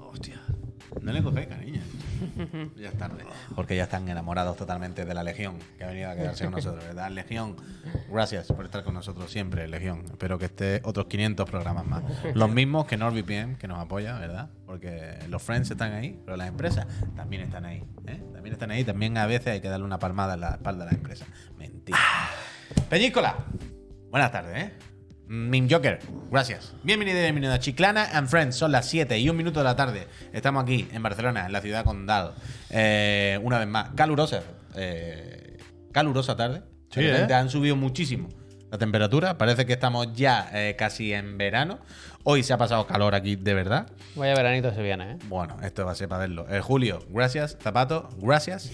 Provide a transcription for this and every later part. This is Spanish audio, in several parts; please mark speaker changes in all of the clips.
Speaker 1: Hostia. No le cogáis cariño. Ya es tarde. Porque ya están enamorados totalmente de la Legión, que ha venido a quedarse con nosotros, ¿verdad? Legión, gracias por estar con nosotros siempre, Legión. Espero que esté otros 500 programas más. Los mismos que NordVPN, que nos apoya, ¿verdad? Porque los friends están ahí, pero las empresas también están ahí. ¿eh? También están ahí. También a veces hay que darle una palmada en la espalda a las empresas. Mentira. Peñícola, buenas tardes, ¿eh? Mim Joker, gracias. Bienvenido y bienvenido a Chiclana and Friends. Son las 7 y un minuto de la tarde. Estamos aquí en Barcelona, en la ciudad condal. Eh, una vez más, calurosa. eh, calurosa tarde.
Speaker 2: Sí,
Speaker 1: De repente
Speaker 2: ¿eh?
Speaker 1: Han subido muchísimo la temperatura. Parece que estamos ya eh, casi en verano. Hoy se ha pasado calor aquí de verdad.
Speaker 3: Vaya veranito se viene, ¿eh?
Speaker 1: Bueno, esto va a ser para verlo. Eh, Julio, gracias. Zapato, gracias.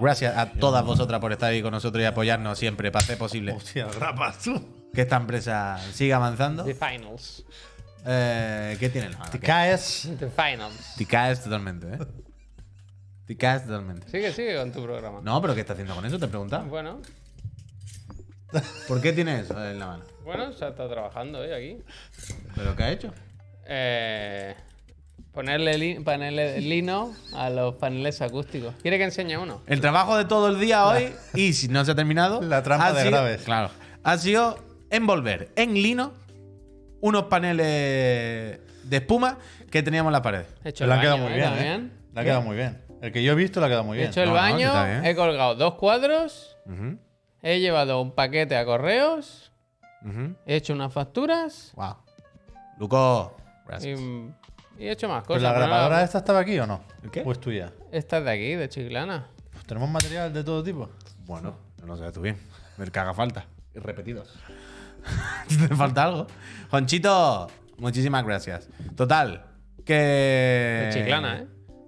Speaker 1: Gracias a todas vosotras por estar ahí con nosotros y apoyarnos siempre para hacer posible
Speaker 2: Hostia, rapas tú.
Speaker 1: que esta empresa siga avanzando.
Speaker 3: The finals.
Speaker 1: Eh, ¿Qué tiene la mano?
Speaker 2: Te caes.
Speaker 3: The finals.
Speaker 1: Te caes totalmente, ¿eh? Te caes totalmente.
Speaker 3: Sigue, sigue con tu programa.
Speaker 1: No, pero ¿qué está haciendo con eso? Te preguntaba.
Speaker 3: Bueno,
Speaker 1: ¿Por qué tiene eso en la mano?
Speaker 3: bueno, se está trabajando ¿eh? aquí.
Speaker 1: ¿Pero qué ha hecho?
Speaker 3: Eh, ponerle, li- ponerle lino a los paneles acústicos. ¿Quiere que enseñe uno?
Speaker 1: El trabajo de todo el día hoy, y si no se ha terminado,
Speaker 2: La trampa
Speaker 1: ha
Speaker 2: de
Speaker 1: sido-
Speaker 2: graves.
Speaker 1: Claro. Ha sido envolver en lino unos paneles de espuma que teníamos en la pared.
Speaker 3: He hecho
Speaker 2: Le
Speaker 3: el
Speaker 2: han
Speaker 3: baño,
Speaker 2: quedado muy
Speaker 3: ¿eh?
Speaker 2: bien,
Speaker 3: También.
Speaker 2: ¿eh? Le ha quedado muy bien. El que yo he visto le ha quedado muy
Speaker 3: He
Speaker 2: bien.
Speaker 3: hecho el
Speaker 1: No, no,
Speaker 3: baño,
Speaker 1: está bien.
Speaker 3: he colgado dos cuadros,
Speaker 1: Ujú,
Speaker 3: he llevado un paquete a correos,
Speaker 1: ujú.
Speaker 3: he hecho unas facturas
Speaker 1: Wow. Luco.
Speaker 3: y,
Speaker 1: Gracias.
Speaker 3: y he hecho más
Speaker 2: ¿Pero Pues
Speaker 3: cosas.
Speaker 2: la
Speaker 3: pero no la-
Speaker 2: grapadora esta estaba aquí o no?
Speaker 1: ¿El qué?
Speaker 2: ¿O es tuya?
Speaker 3: Esta es de aquí, de Chiclana.
Speaker 2: Pues tenemos material de todo tipo.
Speaker 1: Bueno, no sé tú bien. Del que haga falta. Y repetidos. ¿Te falta algo? Jonchito, muchísimas gracias. Total, que.
Speaker 3: De Chiclana, ¿eh?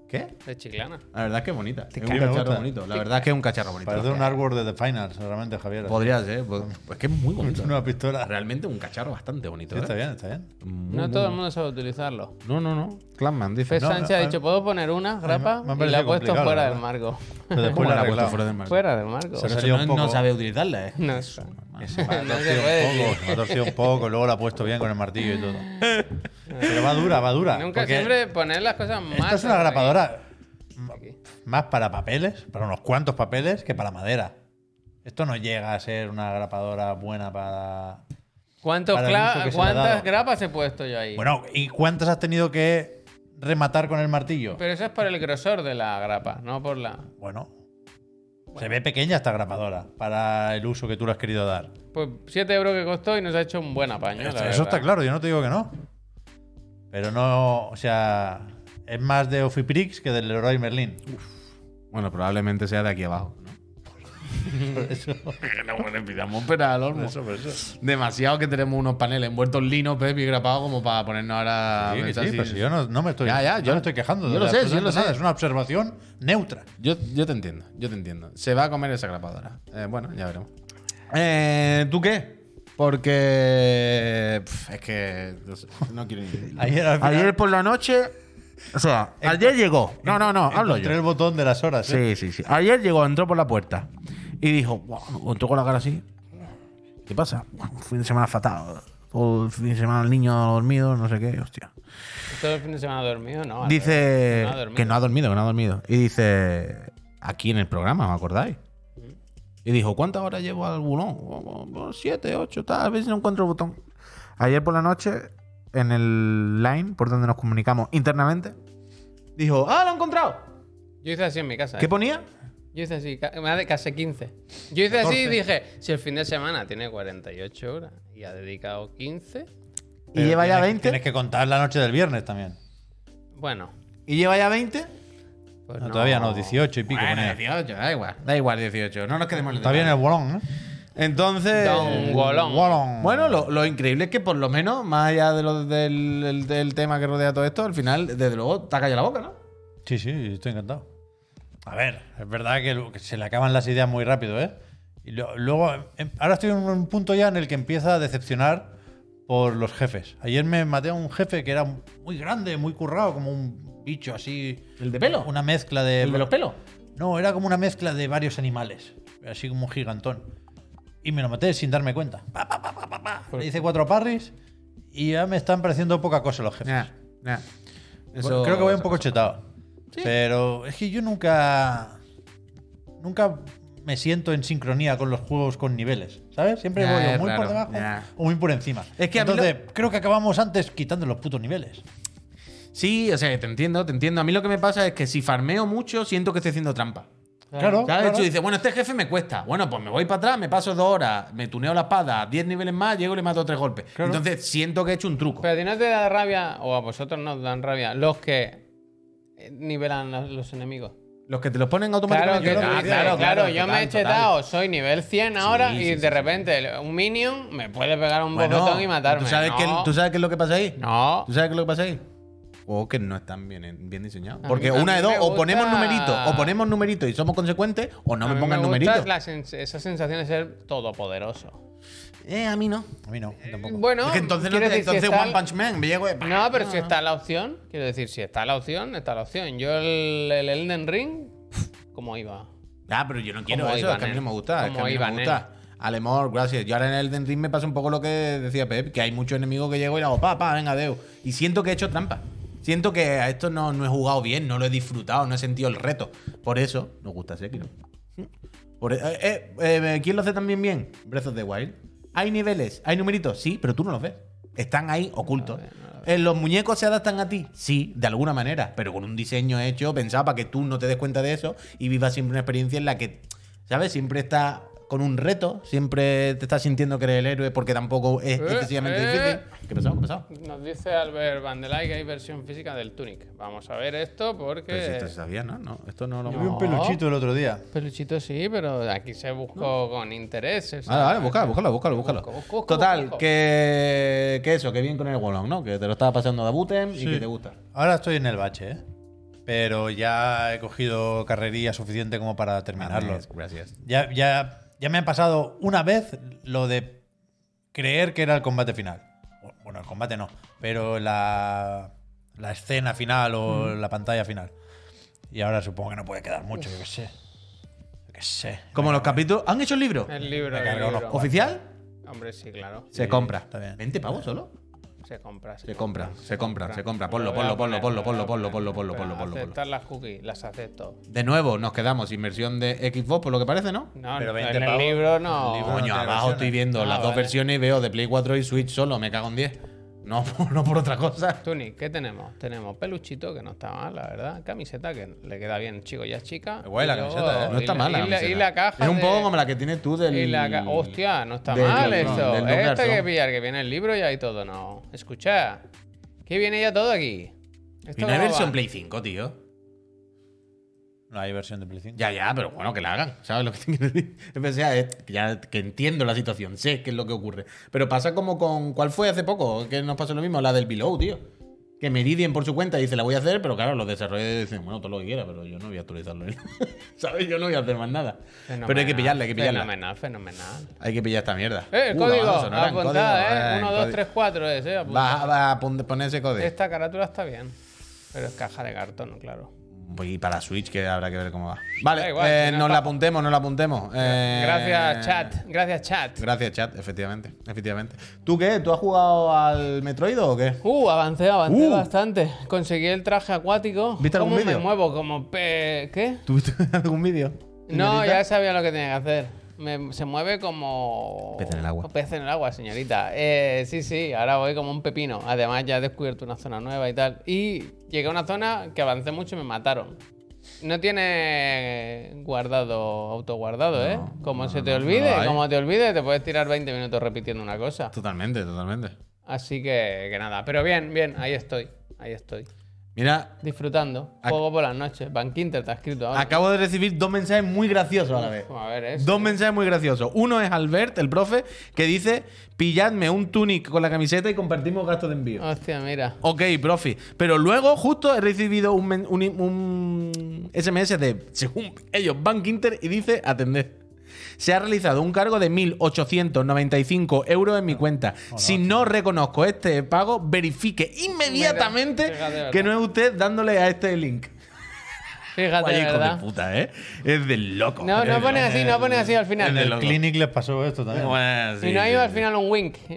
Speaker 1: ¿Qué?
Speaker 3: De Chiclana.
Speaker 1: La verdad es que es bonita. Es un
Speaker 2: cago. Me
Speaker 1: cacharro
Speaker 2: gusta.
Speaker 1: bonito. La verdad es que es un cacharro bonito.
Speaker 2: Parece un artwork de The Finals, realmente, Javier.
Speaker 1: Podría ser. Pues pues que es muy bonito.
Speaker 2: Una pistola.
Speaker 1: Realmente un cacharro bastante bonito.
Speaker 2: Sí, está
Speaker 1: ¿eh?
Speaker 2: bien, está bien.
Speaker 1: Muy,
Speaker 3: No
Speaker 1: muy
Speaker 3: todo el
Speaker 1: bueno.
Speaker 3: mundo sabe utilizarlo.
Speaker 1: No, no, no. Clanman dice.
Speaker 3: Fes
Speaker 1: No,
Speaker 3: Sánchez ha
Speaker 2: a-
Speaker 3: dicho, ¿puedo poner una grapa?
Speaker 2: me ha
Speaker 3: y la ha
Speaker 2: parecido
Speaker 3: puesto
Speaker 2: complicado,
Speaker 3: fuera
Speaker 2: la
Speaker 3: del marco.
Speaker 2: Pero después
Speaker 1: ¿Cómo
Speaker 2: la
Speaker 1: la ha puesto
Speaker 2: arreglado.
Speaker 1: fuera del marco?
Speaker 3: fuera del marco.
Speaker 2: Se
Speaker 1: O sea,
Speaker 2: Salió
Speaker 1: no,
Speaker 2: un poco-
Speaker 1: no sabe utilizarla, ¿eh?
Speaker 3: No, eso.
Speaker 1: Eso,
Speaker 3: no
Speaker 2: Ha
Speaker 3: se
Speaker 2: torcido
Speaker 3: puede.
Speaker 2: un poco, ha torcido un poco, luego la ha puesto bien con el martillo y todo. Pero va dura, va dura.
Speaker 3: Nunca
Speaker 2: porque
Speaker 3: siempre poner las cosas más.
Speaker 2: Esta es una
Speaker 3: aquí.
Speaker 2: grapadora Mm,
Speaker 3: Aquí.
Speaker 2: más para papeles, para unos cuantos papeles, que para madera. Esto no llega a ser una grapadora buena para.
Speaker 3: ¿Cuántos
Speaker 2: Para el
Speaker 3: cla-
Speaker 2: uso que se le ha
Speaker 3: ¿Cuántas
Speaker 2: dado.
Speaker 3: grapas he puesto yo ahí?
Speaker 2: Bueno, ¿y cuántas has tenido que rematar con el martillo?
Speaker 3: Pero eso es por el grosor de la grapa, no por la.
Speaker 2: Bueno, se ve pequeña esta grapadora para el uso que tú le has querido dar.
Speaker 3: Pues 7 euros que costó y nos ha hecho un buen apaño. la
Speaker 2: Eso
Speaker 3: verdad.
Speaker 2: está claro, yo no te digo que no. Pero no, o sea, es más de Ofiprix que del Leroy Merlin.
Speaker 1: Bueno, probablemente sea de aquí abajo. ¿no? no, bueno, pidamos un pedal al horno.
Speaker 2: pues
Speaker 1: Demasiado que tenemos unos paneles envueltos en lino, Pepe, y grapado como para ponernos ahora. a
Speaker 2: Sí, que
Speaker 1: pensar
Speaker 2: sí,
Speaker 1: si-
Speaker 2: pero si yo no, no me estoy,
Speaker 1: Ya, ya,
Speaker 2: yo
Speaker 1: yo-
Speaker 2: no estoy quejando.
Speaker 1: yo
Speaker 2: de
Speaker 1: lo sé, sí,
Speaker 2: absolutamente
Speaker 1: lo sé.
Speaker 2: nada, Es una observación neutra.
Speaker 1: yo, yo te entiendo, yo te entiendo. Se va a comer esa grapadora. Eh, bueno, ya veremos. Eh, ¿Tú qué? Porque. pf, es que. No, sé, no quiero ni.
Speaker 2: Ayer al final-
Speaker 1: por la noche. O sea, ayer llegó. No, no, no, hablo yo.
Speaker 2: Encontré el botón de las horas. ¿eh?
Speaker 1: Sí, sí, sí. Ayer llegó, entró por la puerta y dijo, "Buah", entró con la cara así. ¿Qué pasa? "Buah, un fin de semana fatal. Todo el fin de semana el niño dormido, no sé qué, hostia.
Speaker 3: ¿Todo el fin de semana dormido? No. al
Speaker 1: Dice
Speaker 3: revés. No ha dormido.
Speaker 1: que no ha dormido, que no ha dormido. Y dice, aquí en el programa, ¿me acordáis? Y dijo, ¿cuántas horas llevo al bulón? "Oh, oh, Siete, ocho, tal, a ver si no encuentro el botón. Ayer por la noche, en el line, por donde nos comunicamos internamente, dijo, ¡ah, lo he encontrado!
Speaker 3: Yo hice así en mi casa.
Speaker 1: ¿Qué
Speaker 3: ¿eh?
Speaker 1: ponía?
Speaker 3: Yo hice así, ca- me hace casi 15. Yo hice así y dije, si el fin de semana tiene 48 horas y ha dedicado 15,
Speaker 1: Y
Speaker 2: Pero
Speaker 1: lleva ya
Speaker 2: tienes-
Speaker 1: 20.
Speaker 2: Tienes que contar la noche del viernes también.
Speaker 3: bueno,
Speaker 1: ¿Y lleva ya 20?
Speaker 3: pues
Speaker 2: No,
Speaker 3: no.
Speaker 2: Todavía no, 18 y pico. ponía.
Speaker 1: 18, da igual. Da igual 18. No nos quedemos en el
Speaker 2: Está bien el
Speaker 1: detalle.
Speaker 2: bolón, ¿eh?
Speaker 1: Entonces.
Speaker 3: Don Golón.
Speaker 2: Bolón.
Speaker 1: Bueno, lo, lo increíble es que por lo menos, más allá de lo, del, del- del tema que rodea todo esto, al final, desde luego, te ha callado la boca, ¿no?
Speaker 2: Sí, sí, estoy encantado. A ver, es verdad que, lo- que se le acaban las ideas muy rápido, ¿eh? Y lo- luego, em, ahora estoy en un punto ya en el que empieza a decepcionar por los jefes. Ayer me maté a un jefe que era muy grande, muy currado, como un bicho así.
Speaker 1: ¿El de pelo?
Speaker 2: Una mezcla de.
Speaker 1: ¿El de los pelos?
Speaker 2: No, era como una mezcla de varios animales. Así como un gigantón. Y me lo maté sin darme cuenta. Pa, pa, pa, pa, pa, pa. Le hice cuatro parries y ya me están pareciendo poca cosa los jefes.
Speaker 4: Nah.
Speaker 2: Bueno,
Speaker 4: Eso-
Speaker 2: creo que voy un poco chetado.
Speaker 3: Sí.
Speaker 2: Pero es que yo nunca. Nunca me siento en sincronía con los juegos con niveles, ¿sabes? Siempre
Speaker 3: Ya,
Speaker 2: voy o muy
Speaker 3: es
Speaker 2: por
Speaker 3: raro,
Speaker 2: debajo
Speaker 4: ya.
Speaker 2: o muy por encima.
Speaker 4: Es que a mí
Speaker 2: Entonces, creo que acabamos antes quitando los putos niveles.
Speaker 4: Sí, o sea, que te entiendo, te entiendo. A mí lo que me pasa es que si farmeo mucho, siento que estoy haciendo trampa.
Speaker 2: Claro.
Speaker 4: ¿Sabes?
Speaker 2: claro.
Speaker 4: Tú dices, bueno, este jefe me cuesta. Bueno, pues me voy para atrás, me paso dos horas, me tuneo la espada, 10 niveles más, llego y le mato tres golpes.
Speaker 2: Claro.
Speaker 4: Entonces siento que he hecho un truco.
Speaker 3: Pero a ti no te da rabia, o a vosotros no os dan rabia, los que eh, nivelan a los enemigos.
Speaker 4: Los que te los ponen
Speaker 3: Claro,
Speaker 4: automáticamente.
Speaker 3: que-
Speaker 2: yo lo decía,
Speaker 3: ah, claro,
Speaker 2: claro,
Speaker 3: claro, yo me he
Speaker 4: total,
Speaker 3: chetado, soy nivel 100 ahora
Speaker 4: Sí,
Speaker 3: y
Speaker 4: sí,
Speaker 3: de
Speaker 4: sí, sí.
Speaker 3: repente un minion me puede pegar un
Speaker 4: Bueno,
Speaker 3: bofetón y matarme.
Speaker 4: ¿tú sabes,
Speaker 3: no,
Speaker 4: qué, ¿Tú sabes qué es lo que pasa ahí?
Speaker 3: no.
Speaker 4: ¿Tú sabes qué es lo que pasa ahí? O que no están bien, bien diseñados.
Speaker 3: mí-
Speaker 4: Porque
Speaker 3: a mí
Speaker 4: una de dos,
Speaker 3: me
Speaker 4: o ponemos
Speaker 3: gusta-
Speaker 4: numeritos, o ponemos numeritos y somos consecuentes, o no
Speaker 3: A
Speaker 4: me
Speaker 3: mí
Speaker 4: pongan
Speaker 3: me gusta
Speaker 4: numeritos.
Speaker 3: la sens- esa sensación de ser todopoderoso.
Speaker 4: Eh, a mí no.
Speaker 2: A mí no, tampoco.
Speaker 3: Bueno,
Speaker 4: es que entonces, no
Speaker 3: quiero
Speaker 4: te-
Speaker 3: decir, si
Speaker 4: entonces
Speaker 3: está-
Speaker 4: One Punch Man, Ah. me llego de-
Speaker 3: No, pero si está la opción, quiero decir, si está la opción, está la opción. Yo el, el Elden Ring, pff, ¿cómo iba?
Speaker 4: Ah, pero yo no quiero
Speaker 3: Como
Speaker 4: eso, es que a mí
Speaker 3: Ibanez.
Speaker 4: no me gusta. Es que a
Speaker 3: Como
Speaker 4: mí no me
Speaker 3: Ibanez.
Speaker 2: ¿eh?
Speaker 4: gusta. Alemor, gracias. Yo ahora en el Elden Ring me pasa un poco lo que decía Pep, que hay muchos enemigos que llego y le hago, pa, pa, venga, deo. Y siento que he hecho trampa. Siento que a esto no, no he jugado bien, no lo he disfrutado, no he sentido el reto. Por eso nos gusta Sekiro. Por, eh, eh, eh, ¿Quién lo hace también bien? Breath of the Wild. Hay niveles, hay numeritos, sí, pero tú no los ves. Están ahí ocultos. Eh, ¿Los muñecos se adaptan a ti? Sí, de alguna manera, pero con un diseño hecho pensado para que tú no te des cuenta de eso y vivas siempre una experiencia en la que, ¿sabes? Siempre está con un reto, siempre te estás sintiendo que eres el héroe porque tampoco es
Speaker 3: Eh,
Speaker 4: excesivamente
Speaker 3: eh.
Speaker 4: difícil. ¿Qué pasado? ¿Qué pasado?
Speaker 3: Nos dice Albert Vandelay que hay versión física del Tunic. Vamos a ver esto
Speaker 4: Pero si
Speaker 3: porque.
Speaker 4: esto se sabía, ¿no? No, esto no lo
Speaker 2: Yo vi un
Speaker 3: No.
Speaker 2: peluchito el otro día.
Speaker 3: Peluchito sí, pero aquí se buscó con interés. o sea,
Speaker 4: Vale, vale, Ah, búscalo, búscalo, búscalo, búscalo.
Speaker 3: Busco, busco, busco,
Speaker 4: Total,
Speaker 3: busco.
Speaker 4: Que, que eso, que bien con el Wallon, ¿no? Que te lo estaba pasando de Butem y
Speaker 2: Sí.
Speaker 4: que te gusta.
Speaker 2: Ahora estoy en el bache, ¿eh? Pero ya he cogido carrería suficiente como para terminarlo.
Speaker 4: Gracias.
Speaker 2: Ya, ya, ya me ha pasado una vez lo de creer que era el combate final. Bueno, el combate no, pero la, la escena final o
Speaker 4: Mm.
Speaker 2: la pantalla final. Y ahora supongo que no puede quedar mucho, yo qué sé. Yo qué sé.
Speaker 4: Como los capítulos. ¿Han hecho el libro?
Speaker 3: El libro.
Speaker 2: Me
Speaker 3: el
Speaker 2: cargo
Speaker 3: libro.
Speaker 2: unos
Speaker 4: ¿Oficial?
Speaker 3: Hombre, sí, claro.
Speaker 4: Se compra.
Speaker 2: está bien.
Speaker 4: ¿20 pavos solo?
Speaker 3: Se compra.
Speaker 4: Se compra, se compra, se compra.
Speaker 3: Lo
Speaker 4: Ponlo,
Speaker 3: voy a
Speaker 4: ponlo,
Speaker 3: poner,
Speaker 4: ponlo,
Speaker 3: lo
Speaker 4: ponlo,
Speaker 3: voy a
Speaker 4: ponlo,
Speaker 3: poner.
Speaker 4: ponlo, ponlo, ponlo,
Speaker 3: Espera,
Speaker 4: ponlo, ponlo, ponlo.
Speaker 3: Aceptar las cookies, las acepto.
Speaker 4: De nuevo, nos quedamos. Inversión de Xbox, por lo que parece, ¿no?
Speaker 3: No,
Speaker 2: Pero
Speaker 3: no,
Speaker 2: 20
Speaker 3: en el
Speaker 2: pavos.
Speaker 3: libro no.
Speaker 2: El libro
Speaker 4: Coño,
Speaker 2: no tiene
Speaker 4: abajo
Speaker 2: versiones.
Speaker 4: estoy viendo
Speaker 3: Ah,
Speaker 4: las dos
Speaker 3: vale.
Speaker 4: versiones y veo de Play 4 y Switch solo. Me cago en 10. No, por- no por otra cosa.
Speaker 3: Tunic, ¿qué tenemos? Tenemos peluchito, que no está mal, la verdad. Camiseta, que le queda bien, chico, ya es chica.
Speaker 2: Me huele
Speaker 3: Y
Speaker 2: la
Speaker 3: luego-
Speaker 2: camiseta, ¿eh?
Speaker 4: No
Speaker 3: y
Speaker 4: está
Speaker 3: la-
Speaker 4: mal la
Speaker 3: y la- Y
Speaker 4: camiseta.
Speaker 3: la caja.
Speaker 4: Es un poco
Speaker 3: de-
Speaker 4: como la que tienes tú del.
Speaker 3: y la ca- Hostia, no está
Speaker 4: del-
Speaker 3: mal
Speaker 4: del-
Speaker 3: eso.
Speaker 4: del Doc
Speaker 3: Este que
Speaker 4: Garzón.
Speaker 3: pillar, que viene el libro y ahí todo, no. Escucha, que viene ya todo aquí. Esto
Speaker 4: Y no
Speaker 3: cómo
Speaker 4: hay
Speaker 3: va?
Speaker 4: versión Play 5, tío.
Speaker 2: No hay versión de Play 5.
Speaker 4: Ya, ya, pero bueno, que la hagan. ¿Sabes lo que te quiero decir? O sea, es que ya que entiendo la situación, sé qué es lo que ocurre. Pero pasa como con. ¿Cuál fue hace poco? Que nos pasó lo mismo, la del Below, tío. Que Meridian por su cuenta dice, la voy a hacer, pero claro, los desarrolladores dicen, bueno, todo lo que quiera, pero yo no voy a actualizarlo. ¿Sabes? Yo no voy a hacer más nada. pero hay que pillarla, hay que pillarla.
Speaker 3: Fenomenal, fenomenal.
Speaker 4: Hay que pillar esta mierda.
Speaker 3: Eh, el
Speaker 4: Uh, la
Speaker 3: código,
Speaker 4: banda sonora
Speaker 3: apuntad,
Speaker 4: en código,
Speaker 3: eh. 1,
Speaker 4: en
Speaker 3: 2,
Speaker 4: código.
Speaker 3: 3, 4 es, eh. apunta.
Speaker 4: Va, va, pon, pon ese código.
Speaker 3: Esta carátula está bien, pero es caja de cartón, claro.
Speaker 4: Y para Switch, que habrá que ver cómo va. Vale,
Speaker 3: Da igual,
Speaker 4: eh,
Speaker 3: si no
Speaker 4: nos la
Speaker 3: está-
Speaker 4: apuntemos, nos la apuntemos. Eh,
Speaker 3: Gracias, chat. Gracias, chat.
Speaker 4: Gracias, chat, efectivamente, efectivamente. ¿Tú qué? ¿Tú has jugado al Metroid o qué?
Speaker 3: Uh, avancé, avancé
Speaker 4: Uh.
Speaker 3: bastante. Conseguí el traje acuático.
Speaker 4: ¿Viste
Speaker 3: ¿Cómo
Speaker 4: algún
Speaker 3: me
Speaker 4: vídeo?
Speaker 3: muevo? Como pe... ¿Qué?
Speaker 4: ¿Tuviste algún vídeo?
Speaker 3: No,
Speaker 4: señorita?
Speaker 3: ya sabía lo que tenía que hacer. Me- se mueve como...
Speaker 4: Pez en el agua.
Speaker 3: Pez en el agua, señorita. Eh, sí, sí, ahora voy como un pepino. Además ya he descubierto una zona nueva y tal. Y llegué a una zona que avancé mucho y me mataron. No tiene guardado, autoguardado, ¿eh?
Speaker 4: No,
Speaker 3: Como
Speaker 4: no,
Speaker 3: se
Speaker 4: no,
Speaker 3: te
Speaker 4: no, no
Speaker 3: olvide,
Speaker 4: lo hay.
Speaker 3: como te olvide, te puedes tirar 20 minutos repitiendo una cosa.
Speaker 4: Totalmente, totalmente.
Speaker 3: Así que, que nada. Pero bien, bien, ahí estoy. Ahí estoy.
Speaker 4: Mira,
Speaker 3: Disfrutando.
Speaker 4: Ac-
Speaker 3: Juego por las noches. Bank Inter te ha escrito ahora.
Speaker 4: acabo de recibir dos mensajes muy graciosos a la vez.
Speaker 3: A ver, eso.
Speaker 4: Dos mensajes muy graciosos. Uno es Albert, el profe, que dice, pilladme un tunic con la camiseta y compartimos gastos de envío.
Speaker 3: Hostia, mira.
Speaker 4: Ok, profe. Pero luego, justo he recibido un, men- un- un SMS de, según ellos, Bank Inter y dice: atender. Se ha realizado un cargo de 1.895 euros en mi cuenta. Si no reconozco este pago, verifique inmediatamente
Speaker 3: Mira, fíjate, ¿verdad?
Speaker 4: que no es usted dándole a este link.
Speaker 3: Fíjate,
Speaker 4: Vaya hijo de
Speaker 3: ¿verdad?
Speaker 4: puta, ¿eh? Es del loco.
Speaker 3: No, no
Speaker 4: Es
Speaker 3: pone
Speaker 4: del-
Speaker 3: así, no pone así
Speaker 2: En
Speaker 3: al
Speaker 4: En
Speaker 3: final.
Speaker 4: el
Speaker 2: el
Speaker 4: logo.
Speaker 2: Clinic les pasó esto también.
Speaker 4: Bueno, sí,
Speaker 3: Y no ha
Speaker 4: sí,
Speaker 3: ido al
Speaker 4: sí.
Speaker 3: final un wink.
Speaker 4: Sí,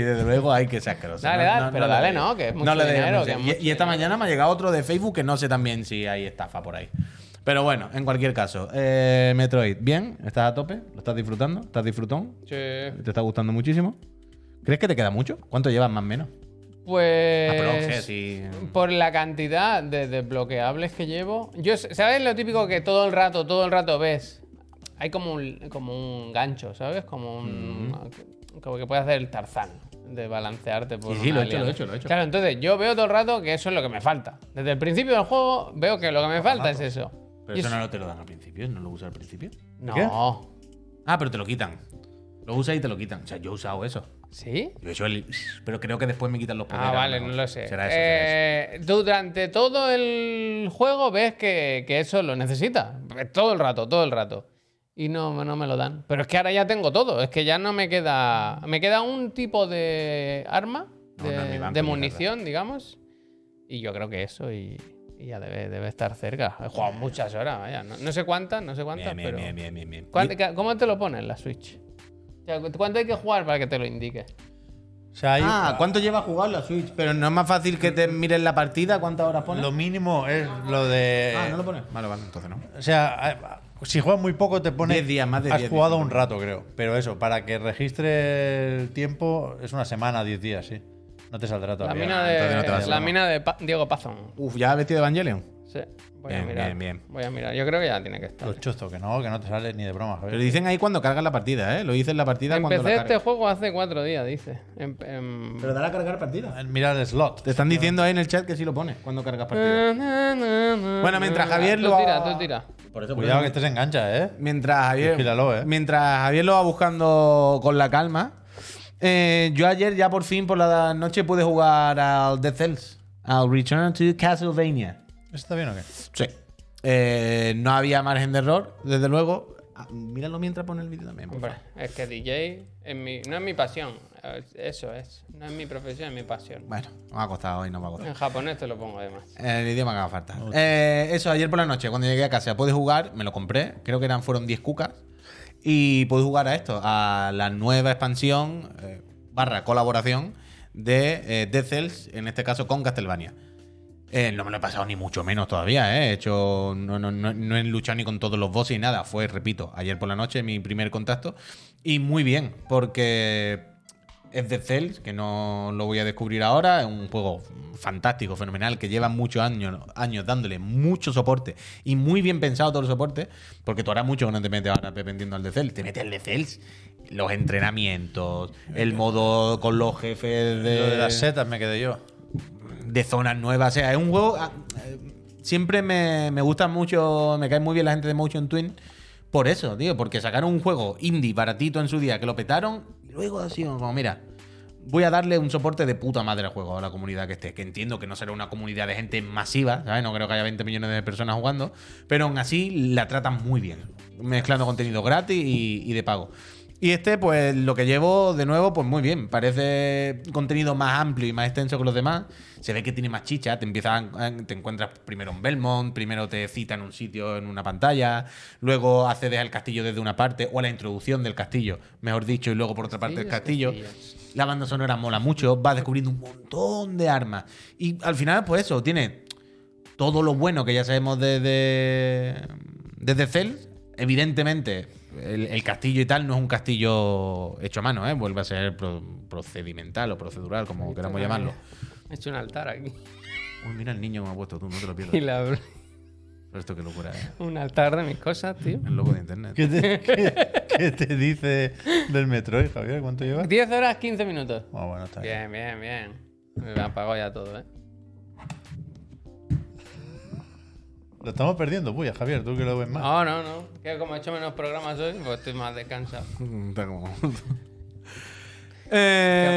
Speaker 4: desde luego hay que ser asqueroso.
Speaker 3: Dale, dale, pero
Speaker 4: le
Speaker 3: dale,
Speaker 4: dé.
Speaker 3: no, que es mucho
Speaker 4: le dé,
Speaker 3: dinero,
Speaker 4: sé.
Speaker 3: que es
Speaker 4: Y-
Speaker 3: mucho
Speaker 4: y, esta
Speaker 3: dinero.
Speaker 4: mañana me ha llegado otro de Facebook que no sé también si hay estafa por ahí. Pero bueno, en cualquier caso, eh, Metroid, ¿bien? ¿Estás a tope? ¿Lo estás disfrutando? ¿Estás disfrutón?
Speaker 3: Sí.
Speaker 4: ¿Te está gustando muchísimo? ¿Crees que te queda mucho? ¿Cuánto llevas más o menos? Ah, Aprox,
Speaker 3: Pues.
Speaker 4: eh, sí.
Speaker 3: Por la cantidad de desbloqueables que llevo. Yo, sé- ¿Sabes lo típico que todo el rato, todo el rato ves? Hay como un, como un gancho, ¿sabes? Como un. Como que puedes hacer el tarzán de balancearte por.
Speaker 4: Sí, sí,
Speaker 3: una
Speaker 4: lo he hecho,
Speaker 3: liana.
Speaker 4: lo he hecho, lo he hecho.
Speaker 3: Claro, entonces yo veo todo el rato que eso es lo que me falta. Desde el principio del juego veo que lo que me falta es eso.
Speaker 4: Pero
Speaker 3: Y
Speaker 4: eso
Speaker 3: es-
Speaker 4: no lo te lo dan al principio, no lo usas al principio.
Speaker 2: ¿Qué?
Speaker 3: No.
Speaker 4: Ah, pero te lo quitan. Lo usas y te lo quitan. O sea, yo he usado eso.
Speaker 3: ¿Sí?
Speaker 4: Yo he hecho el. Pero creo que después me quitan los poderes.
Speaker 3: Ah,
Speaker 4: a
Speaker 3: vale, no
Speaker 4: mejor.
Speaker 3: lo sé.
Speaker 4: Pues Será eso, será eso.
Speaker 3: Eh, Durante todo el juego ves que, que eso lo necesitas. Todo el rato, todo el rato. Y no, no me lo dan. Pero es que ahora ya tengo todo. Es que ya no me queda. Me queda un tipo de arma,
Speaker 4: No,
Speaker 3: de,
Speaker 4: no es mi banco,
Speaker 3: de
Speaker 4: ni
Speaker 3: munición, digamos. Y yo creo que eso. Y, y ya debe, debe estar cerca. He jugado muchas horas, vaya. No, no sé cuántas, no sé cuántas,
Speaker 4: Bien, bien,
Speaker 3: pero.
Speaker 4: bien, bien, bien, bien.
Speaker 3: ¿Cuánto- ¿Cómo te lo pones en la Switch? O sea, ¿Cuánto hay que jugar para que te lo indique?
Speaker 2: O sea, hay-
Speaker 4: Ah, Mm. ¿cuánto lleva jugado la Switch? Pero no es más fácil que te mires la partida, ¿cuántas horas pones?
Speaker 2: lo mínimo es lo de.
Speaker 4: Ah, no lo pones. Vale, vale, entonces no.
Speaker 2: O sea, a- si juegas muy poco te pone.
Speaker 4: 10 días, más de
Speaker 2: Has
Speaker 4: 10
Speaker 2: jugado
Speaker 4: días.
Speaker 2: un rato, creo. Pero eso, para que registre el tiempo, es una semana, 10 días, sí. No te saldrá
Speaker 3: La
Speaker 2: todavía.
Speaker 3: mina
Speaker 4: ah, entonces no
Speaker 3: de,
Speaker 4: te vas a
Speaker 3: la
Speaker 4: llamar.
Speaker 3: mina de Pa- Diego Pazón.
Speaker 4: Uf, ¿ya vestido de Evangelion?
Speaker 3: Sí, voy a
Speaker 4: Bien,
Speaker 3: mirar.
Speaker 4: bien, bien.
Speaker 3: Voy a mirar. Yo creo que ya tiene que estar.
Speaker 2: Lo chuzo, que no, que no te sale ni de broma,
Speaker 4: Pero
Speaker 2: Javier.
Speaker 4: dicen ahí cuando cargas la partida, ¿eh? Lo dices en la partida cuando
Speaker 3: Empecé
Speaker 4: la
Speaker 3: este
Speaker 4: cargas.
Speaker 3: juego hace cuatro días, dice. Em- em-
Speaker 4: dará a cargar partida.
Speaker 2: Eh, Mira el slot.
Speaker 4: Te están diciendo ahí en el chat que sí lo pones cuando cargas
Speaker 3: Na,
Speaker 4: partida.
Speaker 3: na, na, na,
Speaker 4: Bueno, mientras
Speaker 3: na, na.
Speaker 4: Javier
Speaker 3: Tú
Speaker 4: lo va-
Speaker 3: tira, tú tira.
Speaker 4: Por eso,
Speaker 2: Cuidado que estés engancha, ¿eh?
Speaker 4: Mientras Javier,
Speaker 2: Vigílalo, eh.
Speaker 4: mientras Javier lo va buscando con la calma, eh, yo ayer ya por fin por la noche pude jugar al Dead Cells, al Return to Castlevania.
Speaker 2: ¿Eso ¿Está bien o qué?
Speaker 4: Sí. Eh, no había margen de error, desde luego. Ah, míralo mientras pone el vídeo también. por
Speaker 3: Hombre,
Speaker 4: favor.
Speaker 3: es que DJ es mi- no es mi pasión. Eh, Eso es. No es mi profesión, es mi pasión.
Speaker 4: Bueno, me ha costado hoy, no me ha costado.
Speaker 3: En japonés te lo pongo además.
Speaker 4: El idioma que haga falta. Eh, eso, ayer por la noche, cuando llegué a casa, pude jugar, me lo compré, creo que eran fueron 10 cucas. Y pude jugar a esto, a la nueva expansión eh, barra colaboración de eh, Dead Cells, en este caso con Castlevania. Eh, no me lo he pasado ni mucho menos todavía, ¿eh? He hecho. No, no, no, no he luchado ni con todos los bosses ni nada. Fue, repito, ayer por la noche mi primer contacto. Y muy bien, porque es de Cells, que no lo voy a descubrir ahora. Es un juego fantástico, fenomenal, que lleva muchos años, años dándole mucho soporte y muy bien pensado todo el soporte, porque tú harás mucho que no te metes ahora dependiendo al de Cells. Te metes al de Cells, los entrenamientos, el modo con los jefes de,
Speaker 2: Lo de las setas me quedé yo.
Speaker 4: de zonas nuevas. O sea, es un juego. ah, eh, Siempre me, me gusta mucho, me cae muy bien la gente de Motion Twin. Por eso, tío, porque sacaron un juego indie baratito en su día que lo petaron y luego así como, mira, voy a darle un soporte de puta madre al juego a la comunidad que esté, que entiendo que no será una comunidad de gente masiva, ¿sabes? No creo que haya 20 millones de personas jugando, pero aún así la tratan muy bien, mezclando contenido gratis y- y de pago. Y este, pues lo que llevo de nuevo, pues muy bien. Parece contenido más amplio y más extenso que los demás. Se ve que tiene más chicha. Te empiezas, a- te encuentras primero en Belmont, primero te cita en un sitio, en una pantalla, luego accedes al castillo desde una parte, o a la introducción del castillo, mejor dicho, y luego por otra parte el
Speaker 3: Castillos,
Speaker 4: castillo. La banda sonora mola mucho, vas descubriendo un montón de armas. Y al final, pues eso, tiene todo lo bueno que ya sabemos desde desde Cell, evidentemente el, el castillo y tal no es un castillo hecho a mano, ¿eh? vuelve a ser pro- procedimental o procedural, como queramos llamarlo.
Speaker 3: He hecho un altar aquí.
Speaker 4: Uy, mira el niño que me ha puesto tú, no te lo
Speaker 3: Y
Speaker 4: pierdas.
Speaker 3: la-
Speaker 4: Pero esto qué locura, ¿eh?
Speaker 3: un altar de mis cosas, tío.
Speaker 4: El loco de internet.
Speaker 2: ¿Qué te, qué- qué te dice del Metroid, Javier? ¿Cuánto llevas?
Speaker 3: 10 horas, 15 minutos.
Speaker 2: Ah, bueno, está bien.
Speaker 3: Bien, bien, bien. Me apagó ya todo, ¿eh?
Speaker 2: Lo estamos perdiendo, puya, Javier, tú que lo ves más.
Speaker 3: No, no, no. Que como he hecho menos programas hoy, pues estoy más descansado.
Speaker 4: Está como-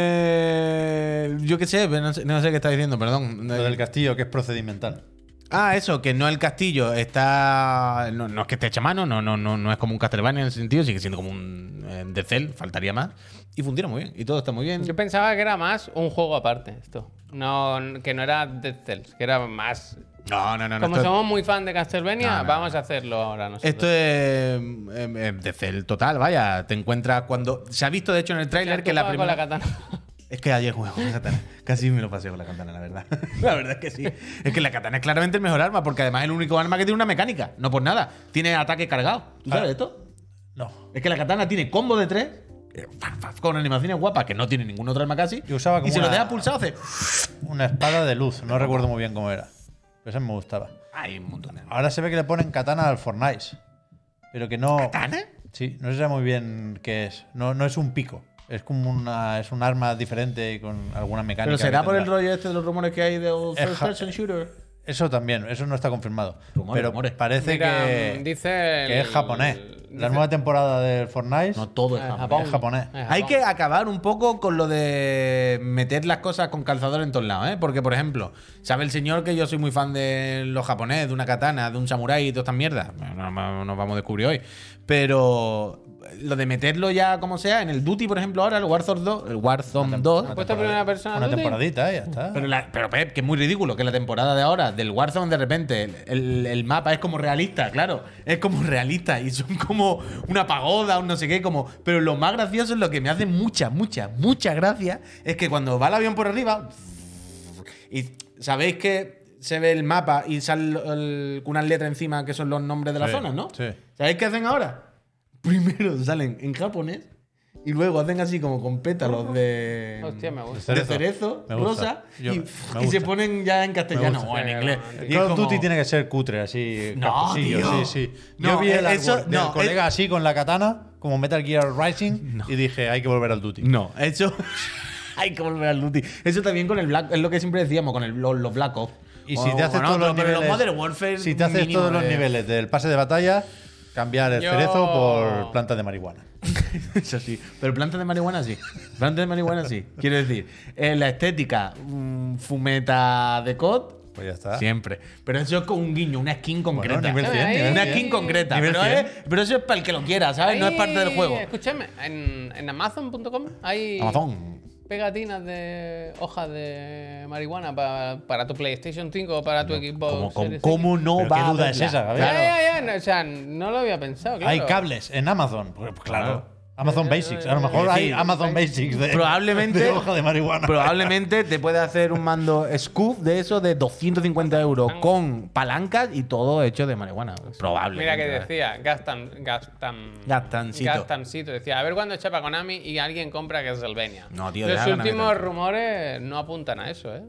Speaker 4: Eh, yo qué sé, pero no sé, no sé qué está diciendo, perdón.
Speaker 2: Lo del castillo, que es procedimental.
Speaker 4: Ah, eso, que no el castillo está. No, no es que esté hecho a mano, no, no, no, no es como un Castlevania en ese sentido, sigue siendo como un eh, de Cell, faltaría más. Y funciona muy bien, y todo está muy bien.
Speaker 3: Yo pensaba que era más un juego aparte, esto. No, que no era Dead Cells, que era más
Speaker 4: No, no, no. no
Speaker 3: Como
Speaker 4: esto-
Speaker 3: somos muy fan de Castlevania,
Speaker 4: No, no, no.
Speaker 3: vamos a hacerlo ahora nosotros.
Speaker 4: Esto es em, em, de cel total, vaya. Te encuentras cuando. Se ha visto, de hecho, en el
Speaker 3: Ya
Speaker 4: tráiler
Speaker 3: tú
Speaker 4: que la
Speaker 3: juegas
Speaker 4: primera.
Speaker 3: con la katana.
Speaker 4: Es que ayer jugué con la katana. Casi me lo pasé con la katana, la verdad. La verdad es que sí. Es que la katana es claramente el mejor arma, porque además es el único arma que tiene una mecánica. No por nada. Tiene ataque cargado. ¿Tú sabes
Speaker 2: Ah.
Speaker 4: esto?
Speaker 2: No.
Speaker 4: Es que la katana tiene combo de tres. eh, fa, fa, Con animaciones guapas que no tiene ningún otro arma casi.
Speaker 2: Y usaba como
Speaker 4: si lo
Speaker 2: una-
Speaker 4: dejas pulsado, hace.
Speaker 2: Una espada de luz. No recuerdo muy bien cómo era. Pero esa me gustaba.
Speaker 4: Hay un montón de armas.
Speaker 2: Ahora se ve que le ponen katana al Fortnite. Pero que no.
Speaker 4: ¿Katana?
Speaker 2: Sí, no se sabe muy bien qué es. No, no es un pico. Es como una. Es un arma diferente y con alguna mecánica.
Speaker 4: Pero
Speaker 2: que
Speaker 4: será por el
Speaker 2: tendrá.
Speaker 4: rollo este de los rumores que hay del
Speaker 2: Es
Speaker 4: first
Speaker 2: ja-
Speaker 4: person shooter.
Speaker 2: Eso también, eso no está confirmado.
Speaker 4: Rumores,
Speaker 2: pero
Speaker 4: rumores.
Speaker 2: parece
Speaker 3: Mira,
Speaker 2: que,
Speaker 3: dice
Speaker 2: que
Speaker 3: el-
Speaker 2: es japonés. La
Speaker 3: dice-
Speaker 2: nueva temporada del Fortnite.
Speaker 4: No todo es
Speaker 3: Ah,
Speaker 4: japonés.
Speaker 3: Japón.
Speaker 2: es japonés.
Speaker 3: Ah,
Speaker 4: Hay
Speaker 3: Japón.
Speaker 4: que acabar un poco con lo de meter las cosas con calzador en todos lados, ¿eh? Porque, por ejemplo, sabe el señor que yo soy muy fan de los japoneses, de una katana, de un samurái y todas estas mierdas. Bueno, No no nos vamos a descubrir hoy. Pero lo de meterlo ya como sea, en el Duty, por ejemplo, ahora, el Warzone 2, el Warzone 2
Speaker 3: ¿Has puesto primera persona?
Speaker 2: Una
Speaker 3: Duty?
Speaker 2: temporadita, eh, ya está.
Speaker 4: pero, la- pero, Pep, que es muy ridículo que la temporada de ahora del Warzone de repente el, el- el mapa es como realista, claro, es como realista y son como una pagoda, un no sé qué, como. Pero lo más gracioso es lo que me hace mucha, mucha, mucha gracia es que cuando va el avión por arriba y sabéis que se ve el mapa y salen unas letras encima que son los nombres de la
Speaker 2: Sí,
Speaker 4: zona, ¿no?
Speaker 2: sí.
Speaker 4: ¿Sabéis qué hacen ahora? Primero salen en japonés y luego hacen así como con pétalos de
Speaker 3: Hostia, me gusta.
Speaker 4: de cerezo,
Speaker 2: Me gusta.
Speaker 4: rosa,
Speaker 2: Yo-
Speaker 4: y,
Speaker 2: me
Speaker 4: y se
Speaker 2: gusta.
Speaker 4: ponen ya en castellano
Speaker 2: Me gusta.
Speaker 4: o en inglés.
Speaker 2: El
Speaker 4: Y
Speaker 2: Call
Speaker 4: es
Speaker 2: of
Speaker 4: como-
Speaker 2: Duty tiene que ser cutre, así.
Speaker 4: No,
Speaker 2: casposillo, Sí,
Speaker 4: tío.
Speaker 2: sí.
Speaker 4: No, eh,
Speaker 2: Yo vi el
Speaker 4: eso-
Speaker 2: artwork del
Speaker 4: no,
Speaker 2: colega así con la katana, como Metal Gear Rising, y dije, hay que volver al Duty.
Speaker 4: No, eso. Hay que volver al Duty. Eso también con el Black. Es lo que siempre decíamos, con el, los, los Black Ops.
Speaker 2: Y
Speaker 4: O
Speaker 2: si te haces
Speaker 4: con
Speaker 2: todos
Speaker 4: otro,
Speaker 2: los
Speaker 4: pero
Speaker 2: niveles.
Speaker 4: Modern Warfare.
Speaker 2: si te haces
Speaker 4: mínimo eh.
Speaker 2: todos los
Speaker 4: de-
Speaker 2: niveles del pase de batalla, cambiar el
Speaker 3: Yo-
Speaker 2: cerezo por planta de marihuana.
Speaker 4: Eso sí. Pero plantas de marihuana sí. Plantas de marihuana sí. Quiero decir, eh, la estética, mm, fumeta de COD.
Speaker 2: Pues ya está.
Speaker 4: Siempre. Pero eso es con un guiño, una skin concreta.
Speaker 2: nivel
Speaker 3: cien, nivel
Speaker 4: una
Speaker 3: cien.
Speaker 4: skin concreta.
Speaker 2: Nivel
Speaker 4: Pero,
Speaker 2: cien.
Speaker 4: es- pero eso es para el que lo quiera, ¿sabes? No es
Speaker 3: Ahí-
Speaker 4: parte del juego.
Speaker 3: Escúchame, en, en Amazon.com hay
Speaker 4: Amazon.
Speaker 3: pegatinas de hojas de marihuana pa- para tu PlayStation 5 o para tu Xbox.
Speaker 4: ¿Cómo, cómo-
Speaker 3: Series X.
Speaker 4: cómo no
Speaker 2: Pero
Speaker 4: va
Speaker 2: qué
Speaker 4: a
Speaker 2: duda es
Speaker 4: haberla?
Speaker 2: esa, Gabriel.
Speaker 3: Ya,
Speaker 2: Claro.
Speaker 3: ya, ya, no, o sea, no lo había pensado. Claro.
Speaker 2: Hay cables en Amazon. Pues, pues, claro. Amazon
Speaker 3: Ya, ya,
Speaker 2: Basics.
Speaker 3: ya,
Speaker 2: A lo
Speaker 3: ya.
Speaker 2: mejor hay
Speaker 4: Sí.
Speaker 2: Amazon Basics de,
Speaker 4: Probablemente-
Speaker 2: de hoja de marihuana.
Speaker 4: Probablemente te puede hacer un mando scoop de eso de 250 euros con palancas y todo hecho de marihuana. Probable.
Speaker 3: Mira que decía, Gastam, Gastam,
Speaker 4: Gastancito.
Speaker 3: Gastamcito. Decía, a ver cuándo chapa Konami y alguien compra Castlevania.
Speaker 4: No, tío,
Speaker 3: Los
Speaker 4: deja Konami
Speaker 3: últimos
Speaker 4: tranquilo.
Speaker 3: rumores no apuntan a eso, ¿eh?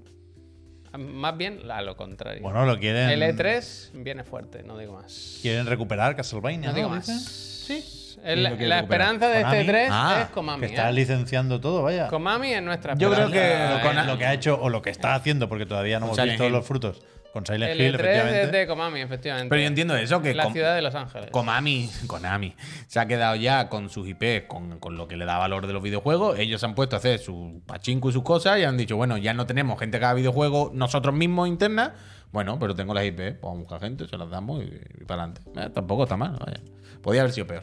Speaker 3: A- Más bien a lo contrario.
Speaker 2: Bueno, lo quieren.
Speaker 3: el E3 viene fuerte, no digo más.
Speaker 2: Quieren recuperar Castlevania.
Speaker 3: No digo
Speaker 2: ¿no?
Speaker 3: más.
Speaker 2: Dicen.
Speaker 3: Sí.
Speaker 4: lo
Speaker 3: La,
Speaker 4: quiere
Speaker 3: la
Speaker 4: recuperar.
Speaker 3: esperanza de
Speaker 2: Konami.
Speaker 3: este E3
Speaker 4: Ah,
Speaker 3: es Konami.
Speaker 2: Que está
Speaker 3: ¿eh?
Speaker 2: licenciando todo, vaya.
Speaker 3: Konami es nuestra
Speaker 4: Yo creo
Speaker 3: esperanza,
Speaker 4: que
Speaker 3: ¿eh?
Speaker 2: lo,
Speaker 4: con-
Speaker 2: que, lo que ha hecho o lo que está haciendo, porque todavía no
Speaker 4: Con
Speaker 2: hemos
Speaker 4: Silent
Speaker 2: visto
Speaker 4: Hill.
Speaker 2: los frutos. Con Silent
Speaker 3: El
Speaker 2: Hill,
Speaker 3: E3 es
Speaker 2: efectivamente.
Speaker 3: de Konami, efectivamente.
Speaker 4: Pero yo entiendo eso, que
Speaker 3: La
Speaker 4: Com-
Speaker 3: ciudad de Los Ángeles.
Speaker 4: Konami, Konami se ha quedado ya con sus IP, con, con lo que le da valor de los videojuegos. Ellos se han puesto a hacer su pachinko y sus cosas y han dicho, bueno, ya no tenemos gente que haga videojuegos nosotros mismos interna. Bueno, pero tengo las IP, pues vamos a buscar gente, se las damos y, para adelante. tampoco está mal, vaya. Podía haber sido peor.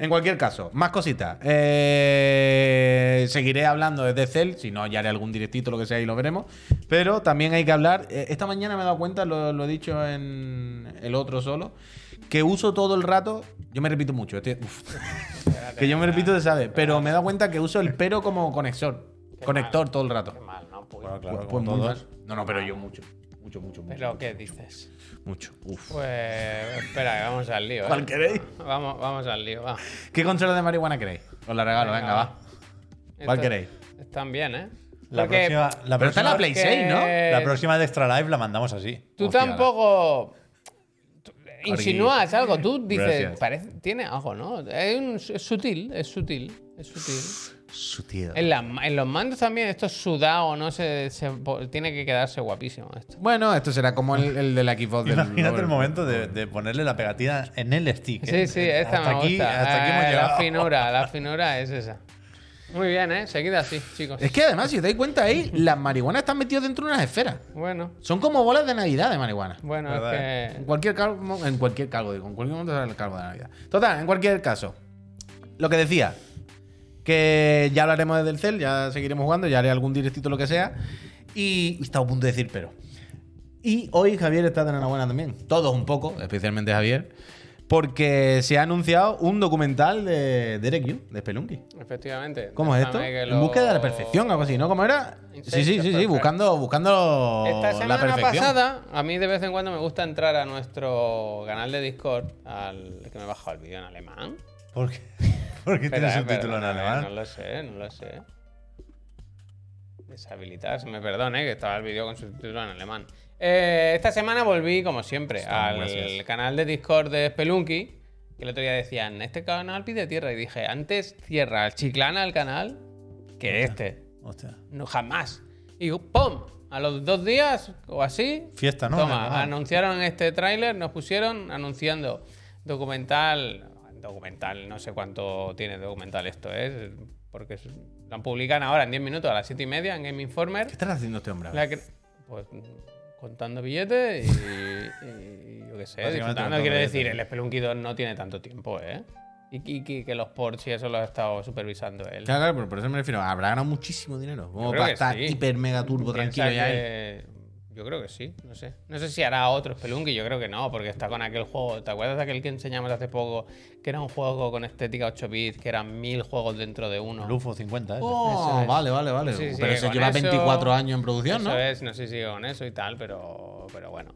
Speaker 4: En cualquier caso, más cositas. Eh, seguiré hablando desde Cell, si no, ya haré algún directito, lo que sea, y lo veremos. Pero también hay que hablar. eh, esta mañana me he dado cuenta, lo, lo he dicho en el otro solo, que uso todo el rato. Yo me repito mucho, este- uf, que yo me repito, se sabe, pero me he dado cuenta que uso el pero como conexor. Conector todo el rato.
Speaker 3: Qué mal, ¿no? Puy.
Speaker 2: Bueno, claro,
Speaker 4: Pues-
Speaker 2: como
Speaker 4: pues muy
Speaker 2: todos.
Speaker 4: mal. No, no, pero yo mucho. Mucho, mucho, mucho.
Speaker 3: ¿eh? Pero, ¿qué dices?
Speaker 4: Mucho. Uf.
Speaker 3: Pues espera, que vamos al lío. ¿eh?
Speaker 4: ¿Cuál queréis?
Speaker 3: Vamos, vamos al lío, va.
Speaker 4: ¿Qué consola de marihuana queréis? Os la regalo, venga,
Speaker 3: Venga,
Speaker 4: va.
Speaker 3: va.
Speaker 4: ¿Cuál
Speaker 3: Estas-
Speaker 4: queréis?
Speaker 3: Están bien, ¿eh?
Speaker 2: La
Speaker 3: Porque
Speaker 2: próxima, la
Speaker 4: Pero está
Speaker 2: próxima-
Speaker 4: la Play 6, ¿no?
Speaker 3: porque
Speaker 2: la próxima de Extra Live la mandamos así.
Speaker 3: Tú
Speaker 4: Hostia,
Speaker 3: tampoco tú insinúas algo, tú dices,
Speaker 4: Gracias.
Speaker 3: parece, tiene algo, ¿no? Es, un- es sutil, es sutil, es sutil.
Speaker 4: Sutil.
Speaker 3: En, las ma- en los mandos también, esto es sudado, ¿no? Se, se- tiene que quedarse guapísimo esto.
Speaker 4: Bueno, esto será como el, el de la Xbox del
Speaker 2: Imagínate el
Speaker 4: Robert.
Speaker 2: momento de, de ponerle la pegatina en el stick.
Speaker 3: Sí,
Speaker 2: ¿eh?
Speaker 3: sí, esta
Speaker 2: hasta
Speaker 3: me
Speaker 2: aquí,
Speaker 3: gusta.
Speaker 2: Hasta aquí
Speaker 3: Eh,
Speaker 2: hemos
Speaker 3: la
Speaker 2: llegado.
Speaker 3: finura, la finura es esa. Muy bien, ¿eh? Seguid así, chicos.
Speaker 4: Es que además, si os dais cuenta ahí, las marihuanas están metidas dentro de unas esferas.
Speaker 3: Bueno,
Speaker 4: Son como bolas de Navidad de marihuana.
Speaker 3: bueno, es
Speaker 2: Verdad,
Speaker 3: que...
Speaker 4: En cualquier calvo, en cualquier calvo, digo, en cualquier momento será el calvo de Navidad. Total, en cualquier caso, lo que decía, que ya hablaremos del cel, ya seguiremos jugando, ya haré algún directito lo que sea, y y estaba a punto de decir pero. Y hoy Javier está de enhorabuena también. Todos un poco, especialmente Javier. Porque se ha anunciado un documental de Derek Yu, de Spelunky.
Speaker 3: Efectivamente.
Speaker 4: ¿Cómo es esto?
Speaker 3: Déjame que
Speaker 4: En
Speaker 3: lo-
Speaker 4: búsqueda de la perfección, algo así, ¿no? ¿Cómo era? Sí, sí, sí, sí,
Speaker 3: Perfect.
Speaker 4: buscando, buscando
Speaker 3: Esta
Speaker 4: la
Speaker 3: semana
Speaker 4: perfección.
Speaker 3: pasada, a mí de vez en cuando me gusta entrar a nuestro canal de Discord, al que me he bajado el vídeo en alemán.
Speaker 2: ¿Por qué, ¿Por qué
Speaker 3: Espera,
Speaker 2: tienes un
Speaker 3: eh,
Speaker 2: título en
Speaker 3: perdóname,
Speaker 2: alemán?
Speaker 3: No lo sé, no lo sé. Deshabilitar, se me perdone, que estaba el vídeo con su título en alemán. Eh, esta semana volví, como siempre, al
Speaker 4: gracias.
Speaker 3: canal de Discord de Spelunky. Que el otro día decían, este canal pide tierra. Y dije, antes tierra chiclana al canal que este.
Speaker 2: Hostia.
Speaker 3: No, jamás. Y ¡pum! A los dos días o así.
Speaker 2: Fiesta, ¿no? En el
Speaker 3: Toma,
Speaker 2: canal.
Speaker 3: anunciaron este tráiler, nos pusieron anunciando documental. Documental, no sé cuánto tiene documental esto, ¿eh? Porque es- lo publican ahora en 10 minutos a las 7 y media en Game Informer.
Speaker 4: ¿Qué estás haciendo este hombre?
Speaker 3: La cre- Pues contando billetes y, y yo qué sé.
Speaker 2: Básicamente
Speaker 3: disfrutando.
Speaker 2: contando
Speaker 3: Quiero
Speaker 2: billetes.
Speaker 3: decir, el Spelunky 2 no tiene tanto tiempo, ¿eh? Y, y- y que los Porsche eso lo ha estado supervisando él.
Speaker 4: Claro, claro, pero por eso me refiero. Habrá ganado muchísimo dinero. Como
Speaker 3: Yo creo
Speaker 4: para
Speaker 3: que
Speaker 4: estar
Speaker 3: sí.
Speaker 4: hiper mega turbo
Speaker 3: Piensa
Speaker 4: tranquilo ya. eh. él.
Speaker 3: que- Yo creo que sí, no sé. No sé si hará otro Spelunky, yo creo que no, porque está con aquel juego. ¿Te acuerdas de aquel que enseñamos hace poco? Que era un juego con estética 8 bits, que eran mil juegos dentro de uno.
Speaker 2: Lufo 50, ese.
Speaker 4: Oh,
Speaker 3: Eso es.
Speaker 4: vale, vale, vale.
Speaker 3: Sí, sí,
Speaker 4: pero eso
Speaker 3: con
Speaker 4: lleva
Speaker 3: eso-
Speaker 4: 24 años en producción,
Speaker 3: Eso
Speaker 4: ¿no?
Speaker 3: es, no sé si sigue con eso y tal, pero, pero bueno.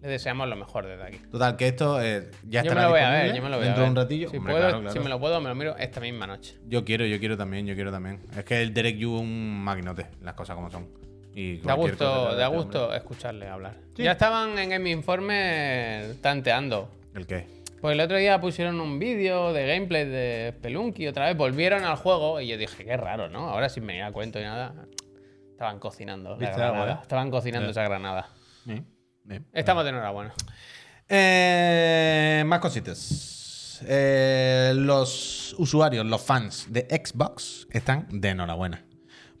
Speaker 3: Le deseamos lo mejor desde aquí.
Speaker 4: Total, que esto eh, ya
Speaker 3: Yo me
Speaker 4: estará
Speaker 3: lo voy a
Speaker 4: disponible
Speaker 3: ver, yo me lo voy a
Speaker 4: dentro
Speaker 3: ver.
Speaker 4: de un ratillo.
Speaker 3: Si,
Speaker 4: Hombre,
Speaker 3: puedo,
Speaker 4: claro, claro.
Speaker 3: si me lo puedo, me lo miro esta misma noche.
Speaker 4: Yo quiero, yo quiero también, yo quiero también. Es que el Derek Yu es un maquinote, las cosas como son. Y
Speaker 3: Da
Speaker 4: cualquier cosa
Speaker 3: gusto,
Speaker 4: te
Speaker 3: da
Speaker 4: este
Speaker 3: gusto
Speaker 4: hombre.
Speaker 3: escucharle hablar.
Speaker 4: Sí.
Speaker 3: Ya estaban en Game Informe tanteando
Speaker 4: ¿El qué?
Speaker 3: Pues el otro día pusieron un vídeo de gameplay de Spelunky otra vez, volvieron al juego y yo dije, qué raro, ¿no? Ahora sin venir a cuento y nada. Estaban cocinando la
Speaker 2: ¿Viste
Speaker 3: granada.
Speaker 2: algo, eh?
Speaker 3: Estaban cocinando
Speaker 2: Eh.
Speaker 3: esa granada.
Speaker 4: Bien, bien.
Speaker 3: Estamos de enhorabuena.
Speaker 4: Eh, más cositas. Eh, los usuarios, los fans de Xbox están de enhorabuena.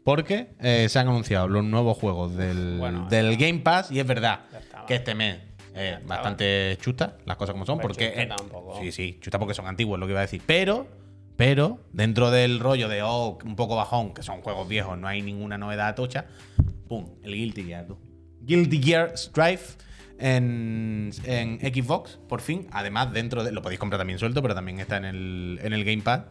Speaker 4: Porque eh, se han anunciado los nuevos juegos del,
Speaker 3: Bueno,
Speaker 4: del Game Pass y es verdad
Speaker 3: Ya estaba.
Speaker 4: que este mes es
Speaker 3: estaba.
Speaker 4: bastante chuta, las cosas como son.
Speaker 3: Hombre,
Speaker 4: porque
Speaker 3: chuta tampoco.
Speaker 4: Sí, sí, chuta porque son antiguos, lo que iba a decir. Pero, pero, dentro del rollo de, oh, un poco bajón, que son juegos viejos, no hay ninguna novedad tocha, pum, el Guilty Gear, tú. Guilty Gear Strife en, en Xbox, por fin. Además, dentro de. Lo podéis comprar también suelto, pero también está en el, en el Game Pass.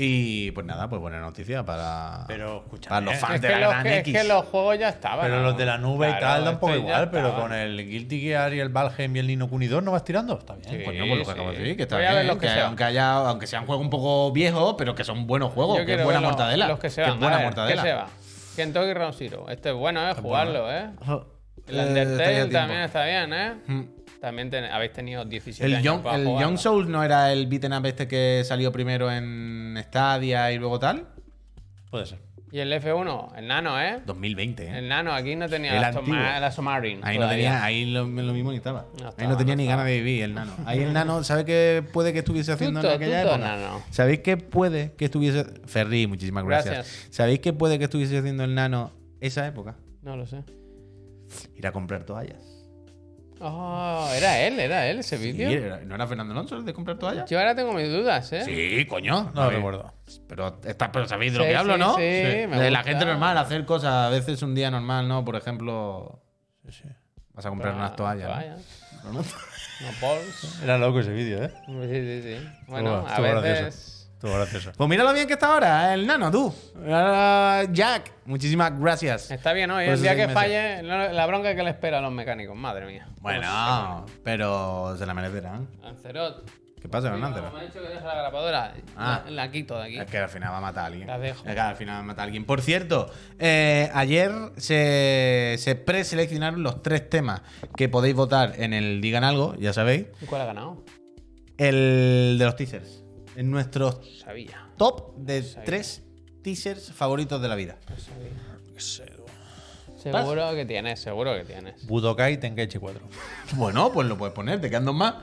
Speaker 4: Y pues nada, pues buena noticia para,
Speaker 2: Pero, escúchame,
Speaker 4: para los
Speaker 2: es
Speaker 4: fans
Speaker 3: Es
Speaker 4: de
Speaker 3: que,
Speaker 4: la
Speaker 3: los,
Speaker 4: gran
Speaker 3: que- es
Speaker 4: X.
Speaker 3: que los juegos ya estaban.
Speaker 2: Pero
Speaker 3: ¿no?
Speaker 2: los de la nube y
Speaker 3: Claro,
Speaker 2: tal da un poco
Speaker 3: estos ya
Speaker 2: igual, pero
Speaker 3: estaban.
Speaker 2: con el Guilty Gear y el Valheim y el Nino Kuni 2 no vas tirando. Está bien.
Speaker 3: Sí.
Speaker 4: Coño, pues lo que acabo de decir, que está
Speaker 3: Voy a ver
Speaker 4: bien,
Speaker 3: los que
Speaker 4: que
Speaker 3: sean.
Speaker 4: aunque, haya, aunque sean juegos un poco viejos, pero que son buenos
Speaker 3: Yo
Speaker 4: juegos, que
Speaker 3: quiero
Speaker 4: es buena
Speaker 3: ver los-
Speaker 4: mortadela.
Speaker 3: Los que se
Speaker 4: que
Speaker 3: van.
Speaker 4: es buena
Speaker 3: a ver,
Speaker 4: mortadela.
Speaker 3: ¿Qué se va? Kentucky Round Zero. Este es bueno, ¿eh? Jugarlo, ¿eh? El
Speaker 4: Eh,
Speaker 3: Undertale
Speaker 4: estaría a
Speaker 3: también
Speaker 4: tiempo.
Speaker 3: está bien, ¿eh?
Speaker 4: Mm.
Speaker 3: También ten- habéis tenido 17
Speaker 4: El,
Speaker 3: años
Speaker 4: Young,
Speaker 3: para
Speaker 4: el
Speaker 3: jugarlo.
Speaker 4: Young Souls no era el beaten up este que salió primero en Stadia y luego tal.
Speaker 2: Puede ser.
Speaker 3: Y el F1, el nano, ¿eh?
Speaker 4: 2020, ¿eh.
Speaker 3: El nano aquí no tenía
Speaker 4: El
Speaker 3: la, Soma-
Speaker 4: antiguo.
Speaker 3: la Somarin.
Speaker 4: Ahí no
Speaker 3: todavía.
Speaker 4: tenía, ahí lo, lo mismo ni estaba.
Speaker 3: No
Speaker 4: ahí
Speaker 3: estaba,
Speaker 4: no tenía
Speaker 3: no
Speaker 4: ni ganas de vivir el nano. Ahí el nano, ¿sabe qué puede que estuviese haciendo
Speaker 3: Tuto,
Speaker 4: en aquella
Speaker 3: tuto
Speaker 4: época?
Speaker 3: nano.
Speaker 4: ¿Sabéis qué puede que estuviese. Ferri, muchísimas gracias.
Speaker 3: Gracias.
Speaker 4: ¿Sabéis qué puede que estuviese haciendo el nano esa época?
Speaker 3: No lo sé.
Speaker 4: Ir a comprar toallas.
Speaker 3: Oh, era él, era él ese
Speaker 4: Sí,
Speaker 3: vídeo.
Speaker 4: era- ¿No era Fernando Alonso el de comprar toallas?
Speaker 3: Yo ahora tengo mis dudas, ¿eh?
Speaker 4: Sí, coño.
Speaker 2: No lo recuerdo.
Speaker 4: Pero, está, pero sabéis de lo
Speaker 3: Sí,
Speaker 4: que hablo,
Speaker 3: sí,
Speaker 4: ¿no?
Speaker 3: sí, me
Speaker 4: De la
Speaker 3: gusta.
Speaker 4: gente normal, hacer cosas. A veces un día normal, ¿no? Por ejemplo,
Speaker 2: Sí, sí.
Speaker 4: vas a comprar unas toallas. ¿no? Pero no-
Speaker 3: No balls.
Speaker 2: Era loco ese vídeo, ¿eh?
Speaker 3: Sí, sí, sí. Bueno,
Speaker 2: Estuvo-
Speaker 3: a
Speaker 2: estuvo
Speaker 3: veces.
Speaker 2: Estuvo gracioso.
Speaker 4: Pues mira lo bien que está ahora, ¿eh? el nano, tú. Ahora, Jack, muchísimas gracias.
Speaker 3: Está bien hoy.
Speaker 4: Por
Speaker 3: El
Speaker 4: eso
Speaker 3: día
Speaker 4: seis
Speaker 3: que
Speaker 4: meses.
Speaker 3: falle, no- la bronca que le espera a los mecánicos. Madre mía.
Speaker 4: Bueno, pero se la merecerán.
Speaker 3: Lancerot.
Speaker 4: ¿Qué pasa con
Speaker 3: Mira,
Speaker 4: Lancelot?
Speaker 3: como me ha dicho que deja la grabadora.
Speaker 4: Ah.
Speaker 3: La, la quito de aquí.
Speaker 4: Es que al final va a matar a alguien.
Speaker 3: La dejo.
Speaker 4: Es que al final va a matar a alguien. Por cierto, eh, ayer se, se preseleccionaron los tres temas que podéis votar en el Digan Algo, ya sabéis.
Speaker 3: ¿Y ¿Cuál ha ganado?
Speaker 4: El de los teasers. En nuestros
Speaker 3: Sabía.
Speaker 4: top de tres teasers favoritos de la vida.
Speaker 3: lo sabía. Seguro que tienes, seguro que tienes.
Speaker 2: Budokai Tenkaichi 4.
Speaker 4: Bueno, pues lo puedes poner, te quedan dos más.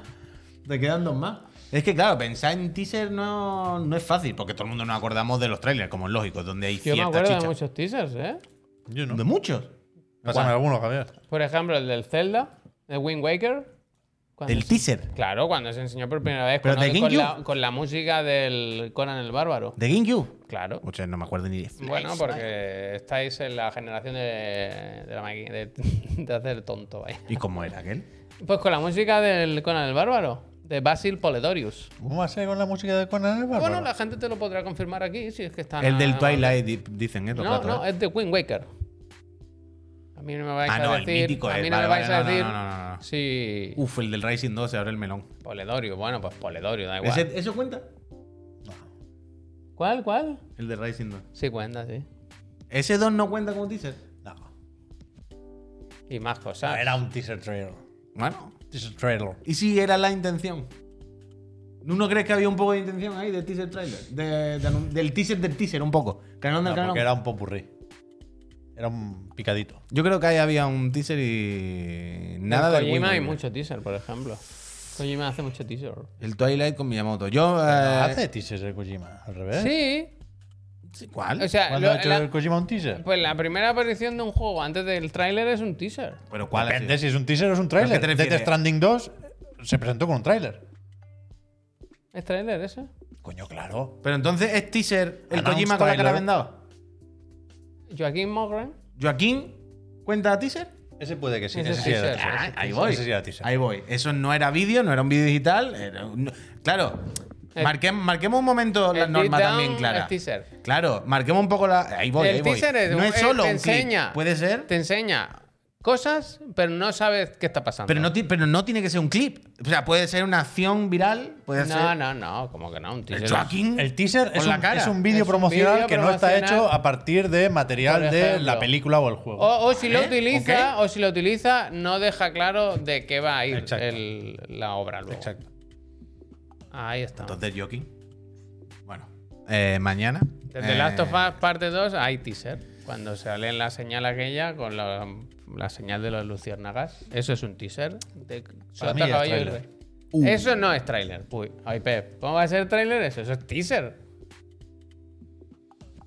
Speaker 4: Te quedan dos más. Es que claro, pensar en teaser no, no es fácil, porque todo el mundo nos acordamos de los trailers, como es lógico, donde hay
Speaker 3: Yo me
Speaker 4: cierta
Speaker 3: acuerdo de
Speaker 4: chicha.
Speaker 3: muchos teasers, ¿eh?
Speaker 2: Yo no.
Speaker 4: De muchos.
Speaker 2: Pásame alguno, Javier.
Speaker 3: Por ejemplo, el del Zelda, de Wind Waker. Cuando
Speaker 4: Del
Speaker 3: se-
Speaker 4: teaser.
Speaker 3: Claro, cuando se enseñó por primera vez
Speaker 4: Pero
Speaker 3: con,
Speaker 4: de
Speaker 3: con
Speaker 4: GameCube.
Speaker 3: la, con la música del Conan el Bárbaro.
Speaker 4: De Ginyu.
Speaker 3: Claro.
Speaker 4: Ustedes no me acuerdo ni.
Speaker 3: Bueno, porque estáis en la generación de, de, la maqui- de- de hacer tonto, vaya.
Speaker 4: ¿Y cómo era aquel?
Speaker 3: Pues con la música del Conan el Bárbaro, de Basil Poledorius.
Speaker 2: ¿Cómo va a ser con la música de Conan el Bárbaro?
Speaker 3: Bueno, la gente te lo podrá confirmar aquí, si es que está...
Speaker 4: El del Twilight, di- dicen, ¿eh? Los
Speaker 3: Ah, No,
Speaker 4: ratos,
Speaker 3: no,
Speaker 4: ¿eh?
Speaker 3: es de Wind Waker. A mí no me vais
Speaker 4: Ah,
Speaker 3: a
Speaker 4: no, el
Speaker 3: decir...
Speaker 4: mítico,
Speaker 3: a
Speaker 4: el
Speaker 3: mí no me
Speaker 4: Bárbaro,
Speaker 3: vais a
Speaker 4: no, no,
Speaker 3: decir...
Speaker 4: no, no, no, no.
Speaker 3: Sí,
Speaker 4: Uf, el del Racing 2 se abre el melón.
Speaker 3: Poledorio. Bueno, pues Poledorio, da igual.
Speaker 4: ¿Ese- ¿Eso cuenta?
Speaker 3: ¿Cuál, cuál?
Speaker 4: El del Racing 2.
Speaker 3: Sí cuenta, sí.
Speaker 4: ¿Ese 2 no cuenta como teaser?
Speaker 2: No.
Speaker 3: Y más
Speaker 2: No,
Speaker 3: cosas.
Speaker 2: Era un teaser trailer.
Speaker 4: Bueno.
Speaker 2: Teaser trailer.
Speaker 4: ¿Y si era la intención? ¿Uno crees que había un poco de intención ahí del teaser trailer? De- de anun- del teaser del teaser, un poco. Canón del
Speaker 2: No,
Speaker 4: canón.
Speaker 2: porque era un popurrí. Era un picadito.
Speaker 3: Eh,
Speaker 4: Yo creo que ahí había un teaser y.
Speaker 3: Del
Speaker 4: Nada del
Speaker 3: Kojima
Speaker 4: Wind
Speaker 3: hay
Speaker 4: Waker.
Speaker 3: mucho teaser, por ejemplo. Kojima hace mucho teaser.
Speaker 4: El Twilight con Miyamoto. Yo. eh,
Speaker 2: ¿Hace teasers el Kojima? ¿Al revés?
Speaker 3: Sí.
Speaker 4: sí, ¿Cuál?
Speaker 3: O sea,
Speaker 2: ¿Cuándo
Speaker 3: lo-
Speaker 2: ha hecho
Speaker 3: la-
Speaker 2: el Kojima un teaser?
Speaker 3: pues la primera aparición de un juego antes del tráiler es un teaser.
Speaker 4: ¿Pero cuál? ha sido?
Speaker 2: Depende si es un teaser o es un
Speaker 4: ¿A
Speaker 2: trailer.
Speaker 4: qué te
Speaker 2: Death
Speaker 4: refieres?
Speaker 2: Stranding 2 se presentó con un trailer.
Speaker 3: ¿Es tráiler ese?
Speaker 2: Coño, claro.
Speaker 4: Pero entonces es teaser el
Speaker 2: Announce
Speaker 4: Kojima con la cara
Speaker 2: trailer.
Speaker 4: vendado.
Speaker 3: Joaquín Mogren.
Speaker 4: Joaquín, ¿cuenta teaser?
Speaker 2: Ese puede que sí.
Speaker 3: Ese
Speaker 2: Ese,
Speaker 3: es
Speaker 2: sí era
Speaker 3: teaser,
Speaker 2: teaser.
Speaker 3: ese es
Speaker 2: Ah, ahí
Speaker 3: teaser.
Speaker 2: voy. Ese sí era teaser.
Speaker 4: Ah, Ahí voy. Eso no era vídeo, no era un vídeo digital. era un- Claro,
Speaker 3: El-
Speaker 4: marque- marquemos un momento las
Speaker 3: el
Speaker 4: normas
Speaker 3: beatdown
Speaker 4: también, Clara.
Speaker 3: es teaser.
Speaker 4: Claro, marquemos un poco la. Ahí voy,
Speaker 3: el
Speaker 4: ahí voy.
Speaker 3: teaser es
Speaker 4: no
Speaker 3: un-
Speaker 4: es solo
Speaker 3: te
Speaker 4: un clip.
Speaker 3: enseña.
Speaker 4: Puede ser.
Speaker 3: Te enseña cosas, pero no sabes qué está pasando.
Speaker 4: Pero no, ti- pero no tiene que ser un clip. O sea, puede ser una acción viral. Puede
Speaker 3: No,
Speaker 4: ser.
Speaker 3: no, no, como que no, un teaser.
Speaker 4: El Joaquín.
Speaker 2: El teaser
Speaker 4: Con
Speaker 2: es
Speaker 4: la
Speaker 2: un,
Speaker 4: cara.
Speaker 2: es un vídeo
Speaker 3: Es un
Speaker 2: promocional
Speaker 3: vídeo
Speaker 2: que no está
Speaker 3: promocional.
Speaker 2: hecho a partir de material
Speaker 3: Por
Speaker 2: de
Speaker 3: ejemplo.
Speaker 2: la película o el juego.
Speaker 3: O, o si lo
Speaker 4: Vale,
Speaker 3: utiliza, o si lo utiliza, no deja claro de qué va a ir
Speaker 2: Exacto.
Speaker 3: el- la obra luego.
Speaker 2: Exacto.
Speaker 3: Ahí está.
Speaker 4: Entonces, Joaquín. Bueno, eh, mañana.
Speaker 3: Desde
Speaker 4: eh,
Speaker 3: Last of Us parte 2 hay teaser. Cuando sale la señal aquella con la, la señal de los luciérnagas. Eso es un teaser. De Sota,
Speaker 2: mí ya es
Speaker 3: Caballo y
Speaker 2: tráiler.
Speaker 3: Rey.
Speaker 4: Uh.
Speaker 3: Eso no es tráiler. Uy, ay, Pep. ¿Cómo va a ser tráiler eso? Eso es teaser.
Speaker 4: Eh,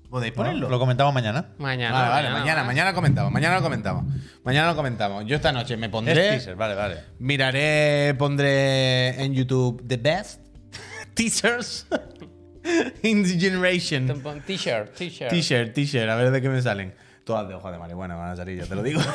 Speaker 4: ¿Podéis
Speaker 2: Bueno,
Speaker 4: ponerlo?
Speaker 2: lo comentamos mañana.
Speaker 3: Mañana.
Speaker 4: Vale, Ah, vale, mañana, mañana comentamos, mañana lo comentamos. Mañana lo comentamos. Yo esta noche me
Speaker 2: Es
Speaker 4: pondré.
Speaker 2: teaser, vale, vale.
Speaker 4: Miraré, pondré en YouTube The Best Teasers in the Generation.
Speaker 3: Tempón- T-shirt, t-shirt.
Speaker 4: T-shirt, t-shirt, a ver de qué me salen. Todas de hoja de marihuana van a salir, ya te lo digo.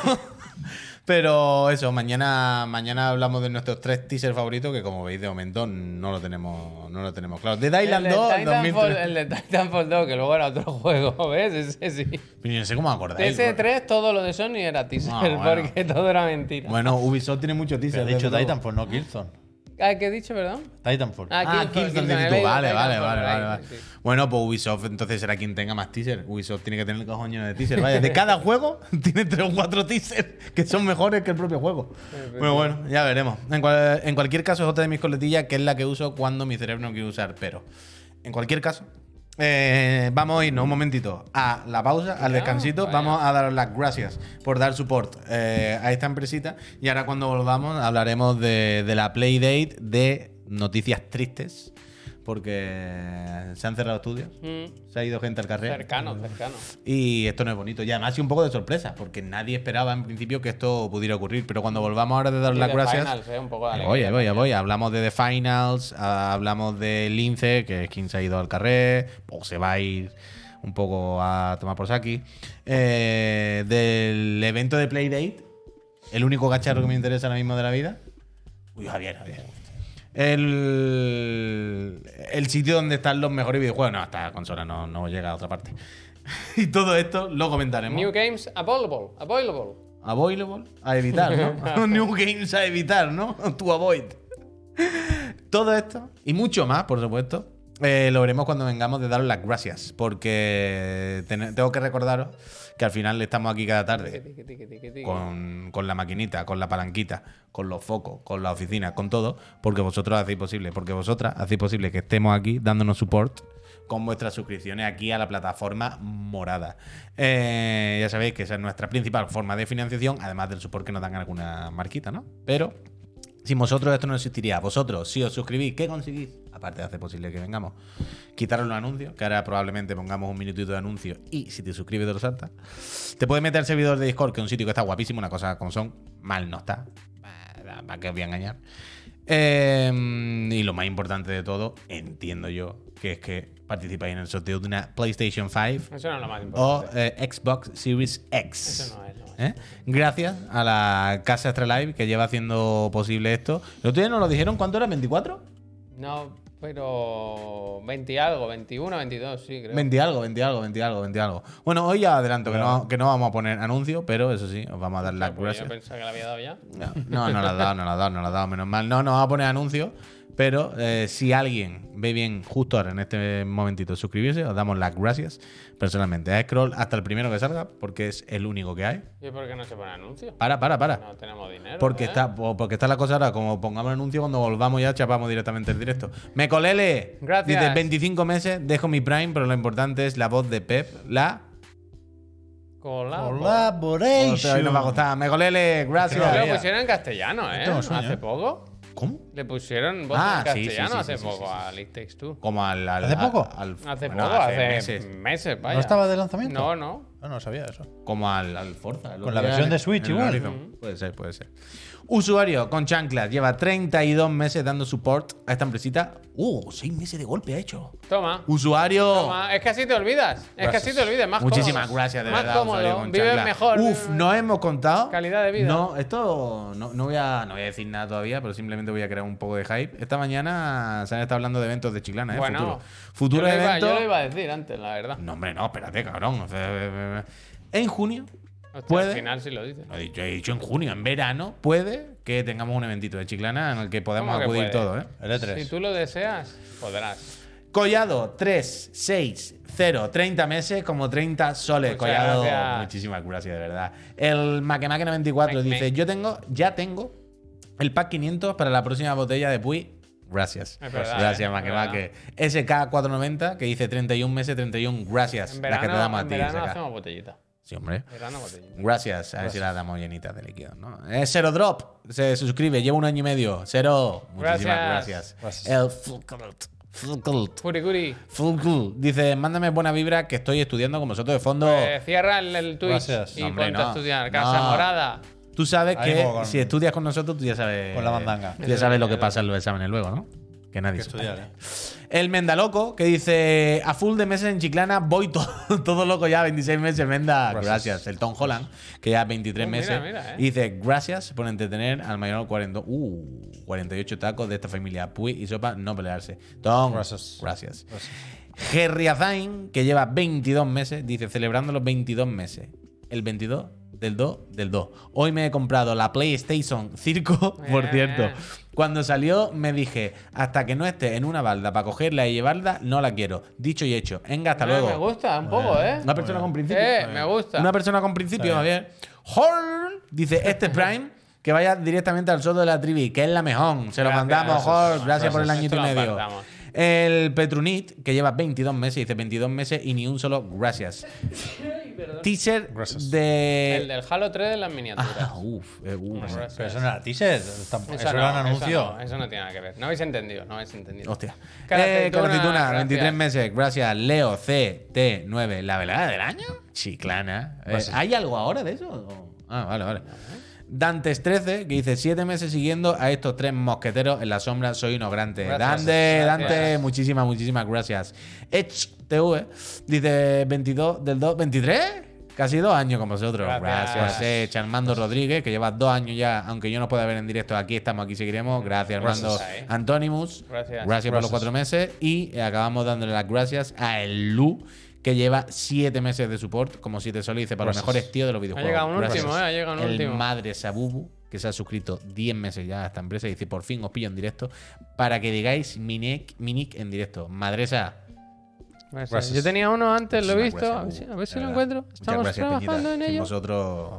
Speaker 4: Pero eso, mañana, mañana hablamos de nuestros tres teasers favoritos que como veis de momento no lo tenemos, no lo tenemos claro. The
Speaker 3: El
Speaker 4: Island
Speaker 3: de,
Speaker 4: 2,
Speaker 3: Titanfall,
Speaker 4: 2003.
Speaker 3: el de Titanfall 2, que luego era otro juego, ¿ves? Ese sí.
Speaker 4: Yo no sé cómo me acordáis.
Speaker 3: Ese 3, todo lo de Sony era teaser,
Speaker 4: Ah, bueno.
Speaker 3: porque todo era mentira.
Speaker 4: Bueno, Ubisoft tiene muchos
Speaker 2: Se ha
Speaker 4: teasers.
Speaker 2: dicho
Speaker 4: desde luego.
Speaker 2: Titanfall, no Killzone.
Speaker 3: Ah, ¿qué he dicho, perdón?
Speaker 2: Titanfall.
Speaker 3: Ah,
Speaker 4: Ah,
Speaker 3: Killzone,
Speaker 4: Killzone
Speaker 3: Killzone,
Speaker 4: dices
Speaker 3: el
Speaker 4: tú.
Speaker 3: Ego,
Speaker 4: Vale,
Speaker 3: Titanfall,
Speaker 4: vale, vale,
Speaker 3: right,
Speaker 4: vale, vale.
Speaker 3: sí, sí.
Speaker 4: Bueno, pues Ubisoft entonces será quien tenga más teaser. Ubisoft tiene que tener el cajón lleno de teaser. Vaya, de cada juego tiene tres o cuatro teasers que son mejores que el propio juego. Pero bueno, ya veremos. En, cual- en cualquier caso, es otra de mis coletillas que es la que uso cuando mi cerebro no quiere usar. Pero, en cualquier caso, eh, vamos a irnos un momentito a la pausa, al
Speaker 3: Ya,
Speaker 4: descansito.
Speaker 3: vaya.
Speaker 4: Vamos a daros las gracias por dar support eh, a esta empresita. Y ahora cuando volvamos hablaremos de, de la Playdate de noticias tristes. Porque se han cerrado estudios.
Speaker 3: Mm,
Speaker 4: Se ha ido gente al carrer.
Speaker 3: cercano, cercano.
Speaker 4: Y esto no es bonito. Y además, sí, un poco de sorpresa. Porque nadie esperaba en principio que esto pudiera ocurrir. Pero cuando volvamos ahora de dar
Speaker 3: Y
Speaker 4: las
Speaker 3: de
Speaker 4: gracias.
Speaker 3: Finals, eh, un poco de
Speaker 4: Ahí
Speaker 3: alegría
Speaker 4: voy, ahí voy, ahí
Speaker 3: también.
Speaker 4: voy. Hablamos de The Finals, ah, hablamos de Lince, que es quien se ha ido al carrer, o se va a ir un poco a tomar por saki. Eh, del evento de Playdate, el único cacharro que me interesa ahora mismo de la vida. Uy, Javier, Javier. El, el sitio donde están los mejores videojuegos. No, esta consola no, no llega a otra parte. y todo esto lo comentaremos.
Speaker 3: New games available, available.
Speaker 4: Avoidable, a evitar, ¿no? New Games a evitar, ¿no? To avoid. Todo esto y mucho más, por supuesto, eh, lo veremos cuando vengamos de daros las gracias, porque ten- tengo que recordaros que al final estamos aquí cada tarde
Speaker 3: Tiqui, tiqui, tiqui, tiqui, tiqui.
Speaker 4: con, con la maquinita, con la palanquita, con los focos, con la oficina, con todo, porque vosotros hacéis posible, porque vosotras hacéis posible que estemos aquí dándonos support con vuestras suscripciones aquí a la plataforma morada. Eh, ya sabéis que esa es nuestra principal forma de financiación, además del support que nos dan alguna marquita, ¿no? Pero sin vosotros esto no existiría. Vosotros, si os suscribís, ¿qué conseguís? Aparte de hacer posible que vengamos. Quitaros los anuncios, que ahora probablemente pongamos un minutito de anuncio y si te suscribes te lo saltas. Te puedes meter al servidor de Discord, que es un sitio que está guapísimo, una cosa como son, mal no está. ¿Para qué os voy a engañar? Eh, y lo más importante de todo, entiendo yo, que es que participáis en el sorteo de una PlayStation 5
Speaker 3: Eso no es lo más
Speaker 4: o
Speaker 3: importante.
Speaker 4: eh, Xbox Series X.
Speaker 3: Eso no es lo más
Speaker 4: ¿Eh? Gracias a la casa Astralife que lleva haciendo posible esto. ¿Los ustedes nos lo dijeron? ¿Cuánto era? ¿24?
Speaker 3: No, pero 20 y algo, 21, 22, sí, creo.
Speaker 4: 20 algo, 20 algo, 20 algo, 20 algo. Bueno, hoy ya adelanto que no, que no vamos a poner anuncio, pero eso sí, os vamos a dar las
Speaker 3: Porque
Speaker 4: gracias.
Speaker 3: Yo pensaba que la había dado ya.
Speaker 4: No, no, no la has dado, no la has dado, no la has dado, menos mal. No, no va a poner anuncios, pero eh, si alguien ve bien justo ahora en este momentito suscribirse, os damos las gracias personalmente. A scroll hasta el primero que salga, porque es el único que hay.
Speaker 3: ¿Y por qué no se pone anuncio?
Speaker 4: Para, para, para.
Speaker 3: No tenemos dinero.
Speaker 4: Porque
Speaker 3: ¿eh?
Speaker 4: está, po- porque está la cosa ahora, como pongamos el anuncio, cuando volvamos ya chapamos directamente el directo. Me colele.
Speaker 3: Gracias.
Speaker 4: Dice 25 meses, dejo mi Prime, pero lo importante es la voz de Pep, la.
Speaker 3: Colabo.
Speaker 4: Otra
Speaker 2: Collaboration.
Speaker 4: vez nos va a costar. Me colele,
Speaker 3: Pero lo
Speaker 4: gracias.
Speaker 3: pusieron en castellano, ¿eh?
Speaker 2: tengo sueño,
Speaker 3: Hace
Speaker 2: ¿eh?
Speaker 3: poco.
Speaker 4: ¿Cómo?
Speaker 3: Le pusieron voz
Speaker 4: Ah,
Speaker 3: en
Speaker 4: sí, sí,
Speaker 3: castellano
Speaker 4: sí,
Speaker 3: hace
Speaker 4: sí, sí,
Speaker 3: poco
Speaker 4: sí, sí,
Speaker 3: a Lick Takes Two.
Speaker 4: Como al, al-
Speaker 2: ¿Hace
Speaker 4: al-
Speaker 2: poco?
Speaker 4: al-
Speaker 3: Hace
Speaker 4: bueno,
Speaker 3: poco, hace,
Speaker 4: meses.
Speaker 3: meses. vaya.
Speaker 2: ¿No estaba de lanzamiento?
Speaker 3: No, no.
Speaker 2: Ah, no sabía eso.
Speaker 4: Como al, al Forza. el
Speaker 2: Con
Speaker 4: otro
Speaker 2: la
Speaker 4: día
Speaker 2: versión
Speaker 4: en-
Speaker 2: de Switch
Speaker 4: en el
Speaker 2: igual.
Speaker 4: Horizon. Puede ser, puede ser. Usuario con chanclas. Lleva 32 meses dando support a esta empresita. ¡Uh! 6 meses de golpe ha hecho.
Speaker 3: Toma.
Speaker 4: Usuario.
Speaker 3: Toma. Es que así te olvidas. Es que
Speaker 4: Uh, Gracias.
Speaker 3: así te olvidas. Más
Speaker 4: Muchísimas
Speaker 3: cómodo.
Speaker 4: gracias, de
Speaker 3: Más
Speaker 4: verdad. usuario
Speaker 3: cómodo.
Speaker 4: con
Speaker 3: Vives
Speaker 4: chanclas.
Speaker 3: mejor.
Speaker 4: Uf,
Speaker 3: vives-
Speaker 4: no hemos contado.
Speaker 3: Calidad de vida.
Speaker 4: No, esto no, no voy a, no voy a decir nada todavía, pero simplemente voy a crear un poco de hype. Esta mañana se han estado hablando de eventos de Chiclana, ¿eh?
Speaker 3: Bueno,
Speaker 4: futuro.
Speaker 3: Yo
Speaker 4: Futuro
Speaker 3: lo, iba,
Speaker 4: evento.
Speaker 3: yo lo iba a decir antes, la verdad.
Speaker 4: No, hombre, no, espérate, cabrón. O sea, eh, En junio,
Speaker 3: Hostia,
Speaker 4: puede.
Speaker 3: Al final sí lo dices.
Speaker 4: lo he dicho, he dicho en junio, en verano, puede que tengamos un eventito de Chiclana en el que podemos
Speaker 3: ¿Cómo que
Speaker 4: acudir
Speaker 3: puede?
Speaker 4: todos, ¿eh?
Speaker 2: El E E3.
Speaker 3: Si tú lo deseas, podrás.
Speaker 4: Collado 3, 6, 0, 30 meses como 30 soles.
Speaker 3: Muchas
Speaker 4: Collado,
Speaker 3: gracias.
Speaker 4: muchísimas gracias, de verdad. El Maquemaque 94
Speaker 3: Mac,
Speaker 4: dice,
Speaker 3: Mac.
Speaker 4: yo tengo, ya tengo el pack 500 para la próxima botella de Puy. Gracias.
Speaker 3: Es verdad,
Speaker 4: gracias,
Speaker 3: eh,
Speaker 4: Maquemaque. SK490 que dice 31 meses, 31, gracias.
Speaker 3: En
Speaker 4: Las que te damos
Speaker 3: verano,
Speaker 4: a
Speaker 3: en
Speaker 4: ti,
Speaker 3: verano
Speaker 4: SK.
Speaker 3: hacemos botellita.
Speaker 4: Sí, hombre.
Speaker 3: Verano botellita.
Speaker 4: Gracias. A ver si la damos llenita de líquido, ¿no? Eh, Zero Drop se suscribe, lleva un año y medio. Cero. Muchísimas gracias.
Speaker 3: Gracias.
Speaker 4: El Fulcult. Fulcult.
Speaker 3: Furikuri.
Speaker 4: Fulcult. Dice, mándame buena vibra que estoy estudiando con vosotros de fondo.
Speaker 3: Eh,
Speaker 2: Pues,
Speaker 3: cierra el, el Twitch
Speaker 2: Gracias.
Speaker 3: y
Speaker 4: No, hombre,
Speaker 3: ponte
Speaker 4: no.
Speaker 3: a estudiar. Casa
Speaker 4: No.
Speaker 3: Morada.
Speaker 4: Tú sabes
Speaker 2: Ahí
Speaker 4: que
Speaker 2: voy con-
Speaker 4: si estudias con nosotros, tú ya sabes.
Speaker 2: con la mandanga.
Speaker 4: Tú ya sabes lo que pasa en los exámenes luego, ¿no? Que nadie
Speaker 2: que
Speaker 4: sabe.
Speaker 2: estudiar, ¿eh?
Speaker 4: El Mendaloco, que dice, a full de meses en Chiclana, voy to- todo loco ya, 26 meses, Menda, gracias. El Tom Holland, que ya 23
Speaker 3: Oh, mira,
Speaker 4: meses,
Speaker 3: mira, eh.
Speaker 4: dice, gracias por entretener al mayor 40, uh, 48 tacos de esta familia, Puy y Sopa, no pelearse. Tom,
Speaker 2: Gracias.
Speaker 4: gracias. Jerry Azain, que lleva 22 meses, dice, celebrando los 22 meses. El 22 del 2 del 2. Hoy me he comprado la PlayStation 5, por
Speaker 3: Bien.
Speaker 4: cierto. Cuando salió me dije, hasta que no esté en una balda para cogerla y llevarla, no la quiero. Dicho y hecho. Venga, hasta
Speaker 3: Eh,
Speaker 4: luego.
Speaker 3: Me gusta un poco, ¿eh?
Speaker 4: Una persona con principio.
Speaker 3: Eh, me gusta.
Speaker 4: Una persona con principio, Javier. Horn dice, este Prime, que vaya directamente al soto de la trivi, que es la mejor. Se lo
Speaker 3: Gracias.
Speaker 4: mandamos, Horn. Gracias, por el
Speaker 3: Gracias.
Speaker 4: añito y
Speaker 3: Esto lo
Speaker 4: medio.
Speaker 3: apartamos.
Speaker 4: El Petrunit, que lleva 22 meses, dice 22 meses y ni un solo gracias. Teaser
Speaker 2: Gracias.
Speaker 4: de...
Speaker 3: El del Halo 3 de las miniaturas.
Speaker 4: Ah, uf, eh, uf.
Speaker 3: Gracias.
Speaker 2: Pero eso no era teaser. Tampoco.
Speaker 3: Eso
Speaker 2: Eso,
Speaker 3: no,
Speaker 2: era un
Speaker 3: eso
Speaker 2: anuncio.
Speaker 3: no, eh. Eso no tiene nada que ver. No habéis entendido, no habéis entendido.
Speaker 4: Hostia.
Speaker 3: Caracituna,
Speaker 4: Eh, Caracituna,
Speaker 3: gracias.
Speaker 4: 23 meses. Gracias. Leo CT9. ¿La velada del año? Chiclana. Eh, ¿Hay algo ahora de eso? O- Ah, vale, vale. Dantes 13, que dice 7 meses siguiendo a estos tres mosqueteros en la sombra, soy un ogrante.
Speaker 3: Gracias.
Speaker 4: Dante,
Speaker 3: Gracias.
Speaker 4: Dante, muchísimas, muchísimas gracias. Edge TV dice 22 del 2, 23, casi dos años con vosotros. Gracias,
Speaker 3: Gracias.
Speaker 4: eh, Charmando Rodríguez, que lleva dos años ya, aunque yo no pueda ver en directo, aquí estamos, aquí seguiremos. Gracias,
Speaker 3: Gracias,
Speaker 4: Armando.
Speaker 3: eh.
Speaker 4: Antonimus,
Speaker 3: Gracias.
Speaker 4: gracias por
Speaker 2: Gracias.
Speaker 4: los cuatro meses. Y eh, acabamos dándole las gracias a el Lu, que lleva siete meses de support, como siete soles, y dice para
Speaker 2: Gracias.
Speaker 4: los mejores tíos de los videojuegos.
Speaker 3: llegado un
Speaker 4: Gracias.
Speaker 3: último, eh, ha llegado un
Speaker 4: el
Speaker 3: último.
Speaker 4: madre Sabubu, que se ha suscrito 10 meses ya a esta empresa, y dice, por fin os pillo en directo, para que digáis mi nick, mi nick en directo. Madresa,
Speaker 3: Gracias.
Speaker 2: Gracias.
Speaker 3: Pues, Yo tenía uno antes, lo he
Speaker 4: muchísimas
Speaker 3: visto.
Speaker 4: gracias,
Speaker 3: a ver si,
Speaker 4: Hugo,
Speaker 3: a ver si
Speaker 4: de
Speaker 3: lo
Speaker 4: verdad.
Speaker 3: encuentro.
Speaker 4: Muchas
Speaker 3: Estamos
Speaker 4: gracias,
Speaker 3: trabajando
Speaker 4: Peñita.
Speaker 3: en
Speaker 4: Sin
Speaker 3: ello.
Speaker 4: vosotros,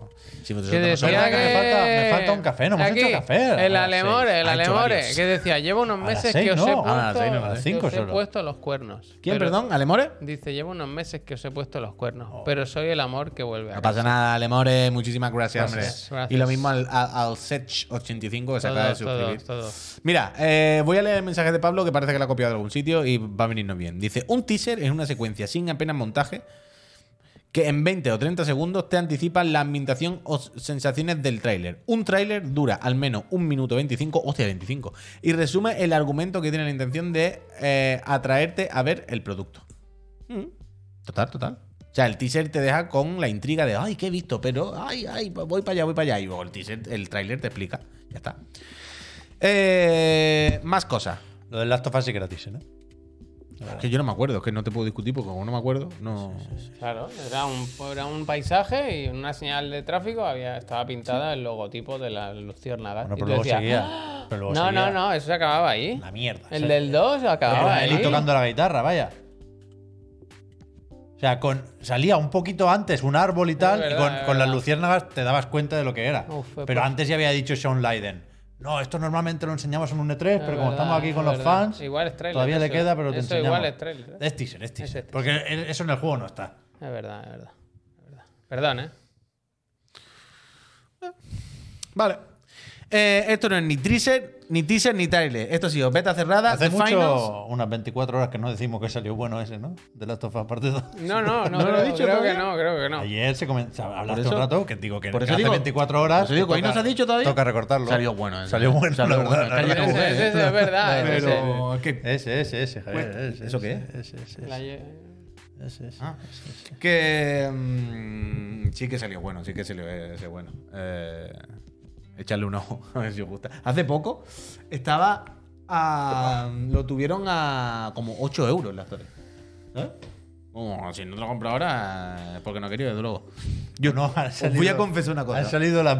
Speaker 3: Que
Speaker 4: sin vosotros no somos
Speaker 3: decía
Speaker 4: nada.
Speaker 2: que- Me falta- me falta un café, no hemos
Speaker 3: Aquí,
Speaker 2: hecho café.
Speaker 3: El
Speaker 2: Ah,
Speaker 3: Alemore,
Speaker 2: sí.
Speaker 3: el
Speaker 4: Ha hecho
Speaker 3: Alemore,
Speaker 4: varios.
Speaker 3: que decía, llevo unos
Speaker 2: las
Speaker 3: meses
Speaker 2: seis,
Speaker 3: que os
Speaker 2: ¿no?
Speaker 3: he
Speaker 2: Ah,
Speaker 3: puesto,
Speaker 4: a las seis, no, a las
Speaker 3: que
Speaker 2: cinco
Speaker 3: os he
Speaker 2: solo.
Speaker 3: puesto los cuernos.
Speaker 4: ¿Quién,
Speaker 3: Pero-
Speaker 4: perdón? ¿Alemore?
Speaker 3: Dice, llevo unos meses que os he puesto los cuernos, pero soy el amor que vuelve a
Speaker 4: No
Speaker 3: casa.
Speaker 4: pasa nada, Alemore, muchísimas gracias,
Speaker 3: Gracias,
Speaker 4: hombre.
Speaker 3: gracias.
Speaker 4: Y lo mismo al, al, al Sech85 que se acaba de
Speaker 3: Todos,
Speaker 4: suscribir.
Speaker 3: todos, todos.
Speaker 4: Mira, eh, voy a leer el mensaje de Pablo que parece que lo ha copiado de algún sitio y va a venirnos bien. Dice, un teaser es una secuencia sin apenas montaje que en 20 o 30 segundos te anticipan la ambientación o s- sensaciones del tráiler. Un tráiler dura al menos un minuto 25, hostia, 25, y resume el argumento que tiene la intención de eh, atraerte a ver el producto. Mm, Total, total. O sea, el teaser te deja con la intriga de, ay, ¿qué he visto? Pero, ay, ay, voy para allá, voy para allá. Y luego el teaser, el tráiler te explica. Ya está. Eh, más cosas.
Speaker 2: Lo del Last of Us es gratis, ¿eh? ¿no?
Speaker 4: Es que yo no me acuerdo, es que no te puedo discutir porque como no me acuerdo, no.
Speaker 3: Claro, era un, era un paisaje y en una señal de tráfico había, estaba pintada el logotipo de la luciérnaga.
Speaker 2: Bueno,
Speaker 3: Y
Speaker 2: pero
Speaker 3: tú
Speaker 2: luego
Speaker 3: decías, "Ah,
Speaker 2: seguía. Pero luego
Speaker 3: no,
Speaker 2: seguía
Speaker 3: no, no, eso se acababa ahí.
Speaker 2: La mierda.
Speaker 3: El
Speaker 2: ¿sabes?
Speaker 3: del 2 acababa
Speaker 2: Con
Speaker 3: ahí.
Speaker 2: Eli tocando la guitarra, vaya. O sea, con, salía un poquito antes un árbol y tal,
Speaker 3: verdad,
Speaker 2: y con,
Speaker 3: es
Speaker 2: con las
Speaker 3: verdad.
Speaker 2: luciérnagas te dabas cuenta de lo que era.
Speaker 3: Uf, fue
Speaker 2: pero
Speaker 3: por-
Speaker 2: antes ya había dicho Sean Leiden. No, esto normalmente lo enseñamos en un E3, pero como
Speaker 3: verdad,
Speaker 2: estamos aquí con
Speaker 3: es
Speaker 2: los
Speaker 3: verdad.
Speaker 2: fans,
Speaker 3: Igual es trailer,
Speaker 2: todavía le
Speaker 3: eso-
Speaker 2: queda, pero te
Speaker 3: eso
Speaker 2: enseñamos.
Speaker 3: igual es trailer, ¿eh?
Speaker 2: Es teaser, es teaser.
Speaker 3: teaser.
Speaker 2: Porque e- eso en el juego no está.
Speaker 3: Es verdad, es verdad, es verdad. Perdón, ¿eh?
Speaker 4: Vale. Eh, esto no es ni teaser, ni teaser, ni trailer. Esto ha sido beta
Speaker 3: Ah,
Speaker 4: cerrada.
Speaker 2: Hace
Speaker 4: The Finals.
Speaker 2: mucho, unas 24 horas que no decimos que salió bueno ese, ¿no? De Last of Us parte 2.
Speaker 3: No, no, no,
Speaker 4: ¿No lo
Speaker 3: creo,
Speaker 4: he dicho
Speaker 3: creo
Speaker 4: todavía?
Speaker 3: que no, creo que no.
Speaker 2: Ayer se comenzaba, hablaste
Speaker 4: eso-
Speaker 2: un rato, que digo que
Speaker 4: por eso
Speaker 2: hace
Speaker 4: digo-
Speaker 2: 24 horas.
Speaker 4: por eso digo que hoy no se ha dicho todavía.
Speaker 2: Toca recortarlo.
Speaker 4: Salió bueno ese.
Speaker 2: Salió bueno,
Speaker 4: Salió
Speaker 2: la
Speaker 4: bueno.
Speaker 2: verdad.
Speaker 4: Está
Speaker 2: la
Speaker 4: lleno de
Speaker 2: verdad.
Speaker 4: bugs,
Speaker 3: Ese- ese es verdad,
Speaker 4: Pero es que,
Speaker 2: Ese, ese, ese, Javier, ese,
Speaker 4: ¿Eso qué
Speaker 2: ese, Ese, ese,
Speaker 3: La
Speaker 2: ese,
Speaker 3: lle-
Speaker 2: ese, ese.
Speaker 4: Ah. que, mm, sí que salió bueno, sí que salió ese bueno. Eh, echarle un ojo a ver si os gusta. Hace poco estaba a, lo tuvieron a como 8 euros en la Store. ¿Eh? Como, si no te lo compro ahora, es porque no quería, desde luego.
Speaker 2: Yo no, ha salido-
Speaker 4: voy a confesar una cosa.
Speaker 2: Han salido la-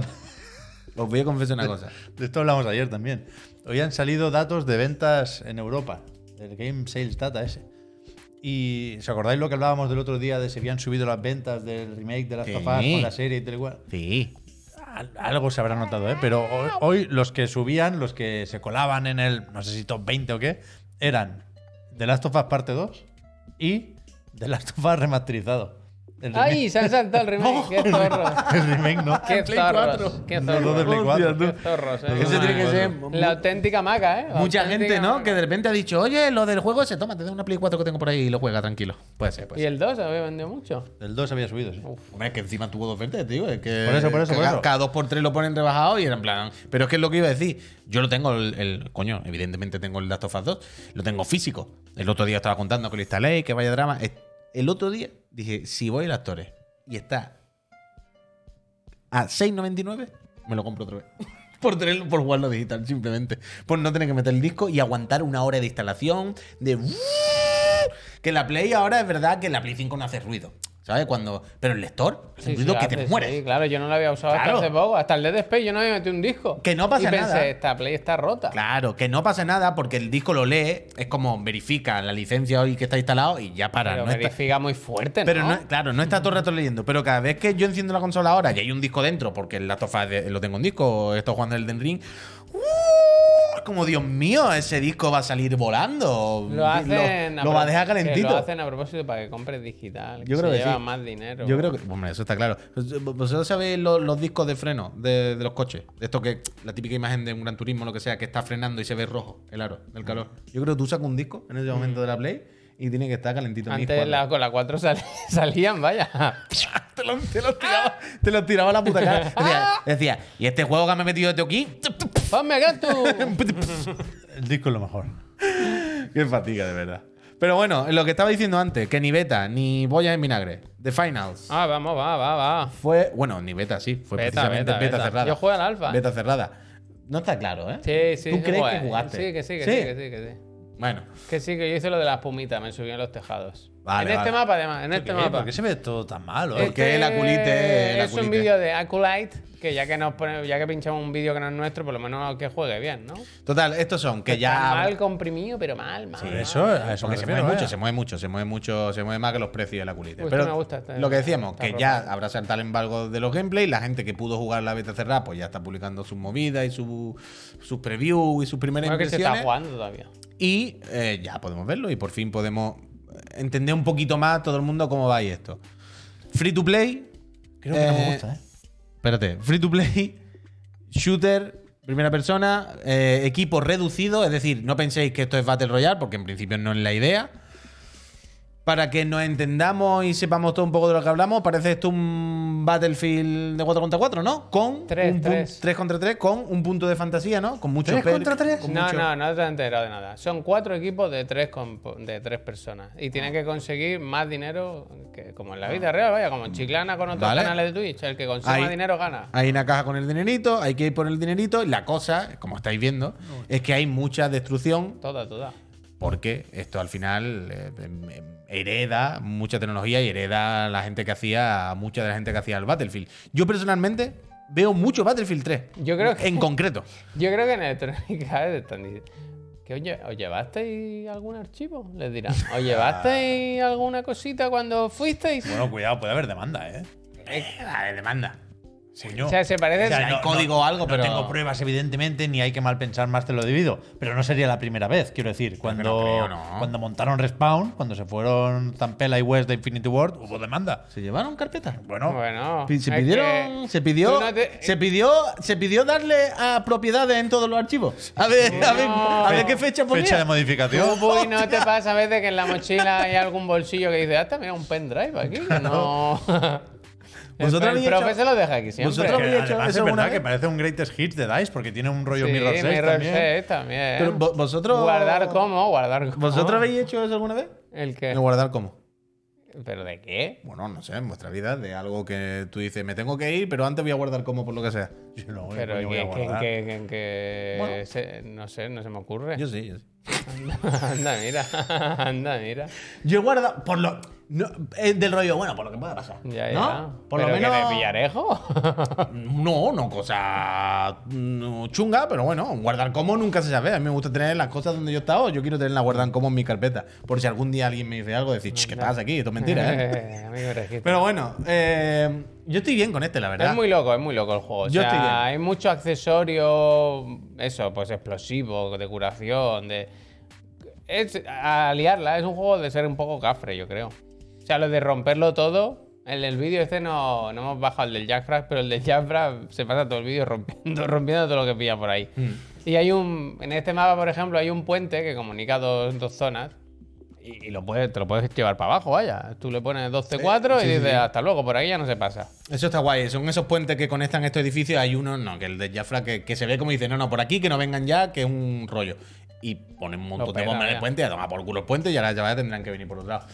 Speaker 4: Os voy a confesar una cosa.
Speaker 2: de esto hablamos ayer también. Hoy han salido datos de ventas en Europa, del Game Sales Data ese. Y ¿os acordáis lo que hablábamos del otro día de si habían subido las ventas del remake de Last of Us
Speaker 4: Sí.
Speaker 2: con la serie y tal y cual?
Speaker 4: Sí.
Speaker 2: Al- Algo se habrá notado, ¿eh? Pero ho- hoy los que subían, los que se colaban en el, no sé si top 20 o qué, eran The Last of Us parte 2 y The Last of Us remasterizado. El
Speaker 3: ¡Ay!
Speaker 2: remake,
Speaker 3: Se han saltado el remake. ¡Qué zorros!
Speaker 2: el remake no.
Speaker 3: ¡Qué
Speaker 4: Play
Speaker 3: zorros!
Speaker 4: 4.
Speaker 3: ¡Qué
Speaker 2: No, no, de Play
Speaker 3: zorros!
Speaker 2: 4.
Speaker 3: ¡Qué zorros! eh.
Speaker 4: Ese tiene que ser
Speaker 3: La auténtica maca, ¿eh? La
Speaker 4: Mucha
Speaker 3: auténtica
Speaker 4: gente, ¿no?
Speaker 3: maca.
Speaker 4: Que de repente ha dicho, oye, lo del juego ese, toma, te doy una Play 4 que tengo por ahí y lo juega, tranquilo. Puede ser,
Speaker 3: Y
Speaker 4: pues.
Speaker 3: el 2 había vendido mucho.
Speaker 2: El 2 había subido, sí.
Speaker 4: Hombre, es que encima tuvo dos ofertas, tío. Es que
Speaker 2: Por eso, por eso,
Speaker 4: que
Speaker 2: por
Speaker 4: ca-
Speaker 2: eso.
Speaker 4: Cada dos por tres lo ponen rebajado y era en plan. Pero es que es lo que iba a decir. Yo lo tengo, el, el- coño, evidentemente tengo el Last of Us 2, lo tengo físico. El otro día estaba contando que lo instalé, que vaya drama. Es- El otro día dije, si voy al actores y está a 6.99, me lo compro otra vez. Por, tenerlo, por jugarlo digital, simplemente. Por no tener que meter el disco y aguantar una hora de instalación. De. Que la Play ahora es verdad que la Play 5 no hace ruido. ¿Sabes? Cuando. Pero el lector hace
Speaker 3: Sí,
Speaker 4: ruido
Speaker 3: sí,
Speaker 4: que te
Speaker 3: hace,
Speaker 4: mueres.
Speaker 3: Sí, claro, yo no lo había usado
Speaker 4: Claro.
Speaker 3: hasta hace poco. Hasta el Dead Space yo no había metido un disco.
Speaker 4: Que no pasa
Speaker 3: y pensé,
Speaker 4: nada.
Speaker 3: esta play está rota.
Speaker 4: Claro, que no pasa nada porque el disco lo lee, es como verifica la licencia hoy que está instalado y ya para.
Speaker 3: Pero
Speaker 4: no está-
Speaker 3: verifica muy fuerte, ¿no?
Speaker 4: Pero no- claro, no está todo el rato leyendo. Pero cada vez que yo enciendo la consola ahora y hay un disco dentro, porque el Last of Us de- lo tengo en disco, o estoy jugando el Den Ring. ¡uh! Como Dios mío, ese disco va a salir volando.
Speaker 3: Lo hacen...
Speaker 4: lo va a
Speaker 3: pro-
Speaker 4: dejar
Speaker 3: que
Speaker 4: calentito.
Speaker 3: Lo hacen a propósito para que compres digital.
Speaker 4: Yo creo
Speaker 3: se
Speaker 4: que
Speaker 3: lleva
Speaker 4: sí.
Speaker 3: más dinero.
Speaker 4: Yo creo que. Hombre, eso está claro. ¿Vosotros sabéis lo- los discos de freno de, de los coches? De esto que la típica imagen de un gran turismo, lo que sea, que está frenando y se ve rojo el aro del calor.
Speaker 3: Ah.
Speaker 4: Yo creo que tú sacas un disco en ese momento de la Play y tiene que estar calentito. en
Speaker 3: Antes
Speaker 4: 1004.
Speaker 3: la- con la 4 sal- salían, vaya.
Speaker 4: te, lo, te lo tiraba, te lo tiraba a la puta cara. Decía, decía, ¿y este juego que me he metido yo aquí?
Speaker 3: ¡Ponme gato!
Speaker 2: El disco es lo mejor.
Speaker 4: Qué fatiga, de verdad. Pero bueno, lo que estaba diciendo antes, que ni beta, ni boya en vinagre, The Finals.
Speaker 3: Ah, vamos, va, va, va.
Speaker 4: Fue, bueno, ni beta, sí, fue
Speaker 3: Beta,
Speaker 4: precisamente
Speaker 3: beta,
Speaker 4: beta,
Speaker 3: beta.
Speaker 4: cerrada.
Speaker 3: Yo jugué al alfa.
Speaker 4: Beta cerrada. No está claro, ¿eh?
Speaker 3: Sí, sí.
Speaker 4: ¿Tú
Speaker 3: sí,
Speaker 4: crees
Speaker 3: joder.
Speaker 4: que jugaste?
Speaker 3: Sí, que sí, que sí,
Speaker 4: Sí.
Speaker 3: que sí, que sí.
Speaker 4: Bueno,
Speaker 3: Que sí, que yo hice lo de las pumitas, me subí en los tejados.
Speaker 4: Vale,
Speaker 3: en este
Speaker 4: vale.
Speaker 3: mapa, además, en este
Speaker 2: ¿Qué?
Speaker 3: mapa.
Speaker 2: ¿Por qué se ve todo tan malo?
Speaker 4: Eh,
Speaker 2: eh?
Speaker 4: Porque el Aculite, el
Speaker 3: Este, es un
Speaker 4: Aculite.
Speaker 3: vídeo de Aculite, que ya que nos pone- ya que pinchamos un vídeo que no es nuestro, por lo menos que juegue bien, ¿no?
Speaker 4: total, estos son que
Speaker 3: Está
Speaker 4: ya.
Speaker 3: mal comprimido, pero mal, mal.
Speaker 2: Por
Speaker 3: mal.
Speaker 2: Eso, a eso
Speaker 4: Porque
Speaker 2: me
Speaker 4: se
Speaker 2: refiero,
Speaker 4: mueve mucho,
Speaker 2: vaya.
Speaker 4: se mueve mucho, se mueve mucho, se mueve más que los precios de la culita.
Speaker 3: Uy,
Speaker 4: Pero
Speaker 3: que me gusta esta-
Speaker 4: lo que decíamos,
Speaker 3: esta
Speaker 4: que
Speaker 3: ropa.
Speaker 4: ya habrá saltado el embargo de los gameplays, la gente que pudo jugar la beta cerrada, pues ya está publicando sus movidas y su- sus previews y sus primeras
Speaker 3: Creo que se está
Speaker 4: impresiones.
Speaker 3: jugando todavía.
Speaker 4: Y eh, ya podemos verlo y por fin podemos entender un poquito más todo el mundo cómo va y esto. Free to play.
Speaker 2: Creo que no
Speaker 4: eh,
Speaker 2: me gusta, ¿eh?
Speaker 4: Espérate, free to play, shooter, primera persona, eh, equipo reducido, es decir, no penséis que esto es Battle Royale, porque en principio no es la idea. para que nos entendamos y sepamos todo un poco de lo que hablamos, parece esto un Battlefield de 4 contra 4, ¿no? Con
Speaker 3: Tres,
Speaker 4: un pun-
Speaker 3: tres.
Speaker 4: tres contra 3, con un punto de fantasía, ¿no? Con mucho
Speaker 2: ¿Tres
Speaker 4: pel-
Speaker 2: contra tres?
Speaker 4: con
Speaker 3: no,
Speaker 4: mucho-
Speaker 3: no, no te has enterado de nada. Son cuatro equipos de tres, compo- de tres personas. Y
Speaker 4: Ah.
Speaker 3: tienen que conseguir más dinero, que, como en la vida real, vaya, como en Chiclana con otros
Speaker 4: Vale.
Speaker 3: canales de Twitch. El que consiga
Speaker 4: Ahí.
Speaker 3: más dinero gana.
Speaker 4: Hay una caja con el dinerito, hay que ir por el dinerito. Y la cosa, como estáis viendo, es que hay mucha destrucción
Speaker 3: Toda, toda.
Speaker 4: porque esto al final eh, em, em, hereda mucha tecnología y hereda la gente que hacía, mucha de la gente que hacía el Battlefield. Yo personalmente veo mucho Battlefield 3.
Speaker 3: Yo creo que-
Speaker 4: En concreto.
Speaker 3: Yo creo que en Electronic Arts están diciendo. ¿Que os, lle- os llevasteis algún archivo? Les dirán. ¿Os llevasteis alguna cosita cuando fuisteis?
Speaker 2: Bueno, cuidado, puede haber demanda, ¿eh?
Speaker 4: Eh, la demanda.
Speaker 2: Coño.
Speaker 3: O sea, se parece-
Speaker 4: Si hay código o algo,
Speaker 2: no
Speaker 4: pero-
Speaker 2: tengo pruebas, evidentemente, ni hay que mal pensar más, te lo divido. Pero no sería la primera vez, quiero decir. Cuando,
Speaker 4: no creo, no.
Speaker 2: cuando montaron Respawn, cuando se fueron Tampela y West de Infinity Ward, hubo demanda.
Speaker 4: ¿Se llevaron carpeta?
Speaker 2: Bueno,
Speaker 3: Bueno.
Speaker 4: Pi- Se
Speaker 3: es
Speaker 4: pidieron,
Speaker 3: que
Speaker 4: se pidió,
Speaker 3: tú no te-
Speaker 4: se pidió, se pidió darle a propiedades en todos los archivos. A ver, a ver, a ver qué fecha ponía.
Speaker 2: fecha de modificación.
Speaker 3: Tú, Puy, no te pasa a veces que en la mochila hay algún bolsillo que dice, hasta mira un pendrive aquí. que No.
Speaker 4: Vosotros
Speaker 3: el
Speaker 4: habéis
Speaker 3: profe
Speaker 4: hecho-
Speaker 3: se lo deja aquí siempre.
Speaker 4: vosotros
Speaker 2: Que
Speaker 4: habéis- había hecho
Speaker 2: además
Speaker 4: eso
Speaker 2: es
Speaker 4: alguna
Speaker 2: verdad que
Speaker 4: vez.
Speaker 2: parece un Greatest Hits de Dice, porque tiene un
Speaker 3: Sí,
Speaker 2: rollo Mirror 6 también.
Speaker 3: Sex también.
Speaker 4: Pero vo- vosotros-
Speaker 3: Guardar como, guardar como.
Speaker 4: ¿Vosotros habéis hecho eso alguna vez?
Speaker 3: ¿El qué?
Speaker 4: ¿En Oh. guardar cómo?
Speaker 3: ¿Pero de qué?
Speaker 4: Bueno, no sé, en vuestra vida, de algo que tú dices, me tengo que ir, pero antes voy a guardar como por lo que sea.
Speaker 2: Yo no,
Speaker 3: Pero
Speaker 2: Pues coño, voy a
Speaker 3: que, que-
Speaker 2: guardar.
Speaker 3: que- que- que-
Speaker 4: Bueno.
Speaker 3: se- no sé, no se me ocurre.
Speaker 4: Yo sí, yo sí.
Speaker 3: anda, mira, anda, mira.
Speaker 4: Yo he guardado, por lo. no, eh, del rollo, bueno, por lo que pueda pasar.
Speaker 3: Ya,
Speaker 4: ¿no?
Speaker 3: ya.
Speaker 4: Por lo
Speaker 3: ¿Pero que
Speaker 4: menos.
Speaker 3: de Villarejo?
Speaker 4: No, no cosa no, mm, chunga, pero bueno, guardar como nunca se sabe. A mí me gusta tener las cosas donde yo he estado. Yo quiero tenerlas guardadas como en mi carpeta. Por si algún día alguien me dice algo, decir, "Ch, ¿qué pasa aquí? Esto es mentira, ¿eh?".
Speaker 3: Amigo Registro.
Speaker 4: Pero bueno, eh, yo estoy bien con este, la verdad.
Speaker 3: Es muy loco, es muy loco el juego. O
Speaker 4: Yo
Speaker 3: sea,
Speaker 4: estoy bien.
Speaker 3: hay mucho accesorio, eso, pues explosivo, de curación, de. Es a liarla, es un juego de ser un poco cafre, yo creo. O sea, lo de romperlo todo. En el vídeo este no, no hemos bajado el del Jackfrag, pero el del Jackfrag se pasa todo el vídeo rompiendo, rompiendo todo lo que pilla por ahí.
Speaker 4: Mm.
Speaker 3: Y hay un. En este mapa, por ejemplo, hay un puente que comunica dos, dos zonas. Y, y lo puedes, te lo puedes llevar para abajo, vaya. Tú le pones 12-4 y dices, hasta luego, por ahí ya no se pasa.
Speaker 4: Eso está guay. Son esos puentes que conectan estos edificios. Hay uno, no, que el de Jafra, que, que se ve como dice, no, no, por aquí que no vengan ya, que es un rollo. Y ponen un montón
Speaker 3: Lo
Speaker 4: de
Speaker 3: peta,
Speaker 4: bombas en el
Speaker 3: ya.
Speaker 4: puente, ya toma por culo el puente y ahora ya tendrán que venir por otro lado.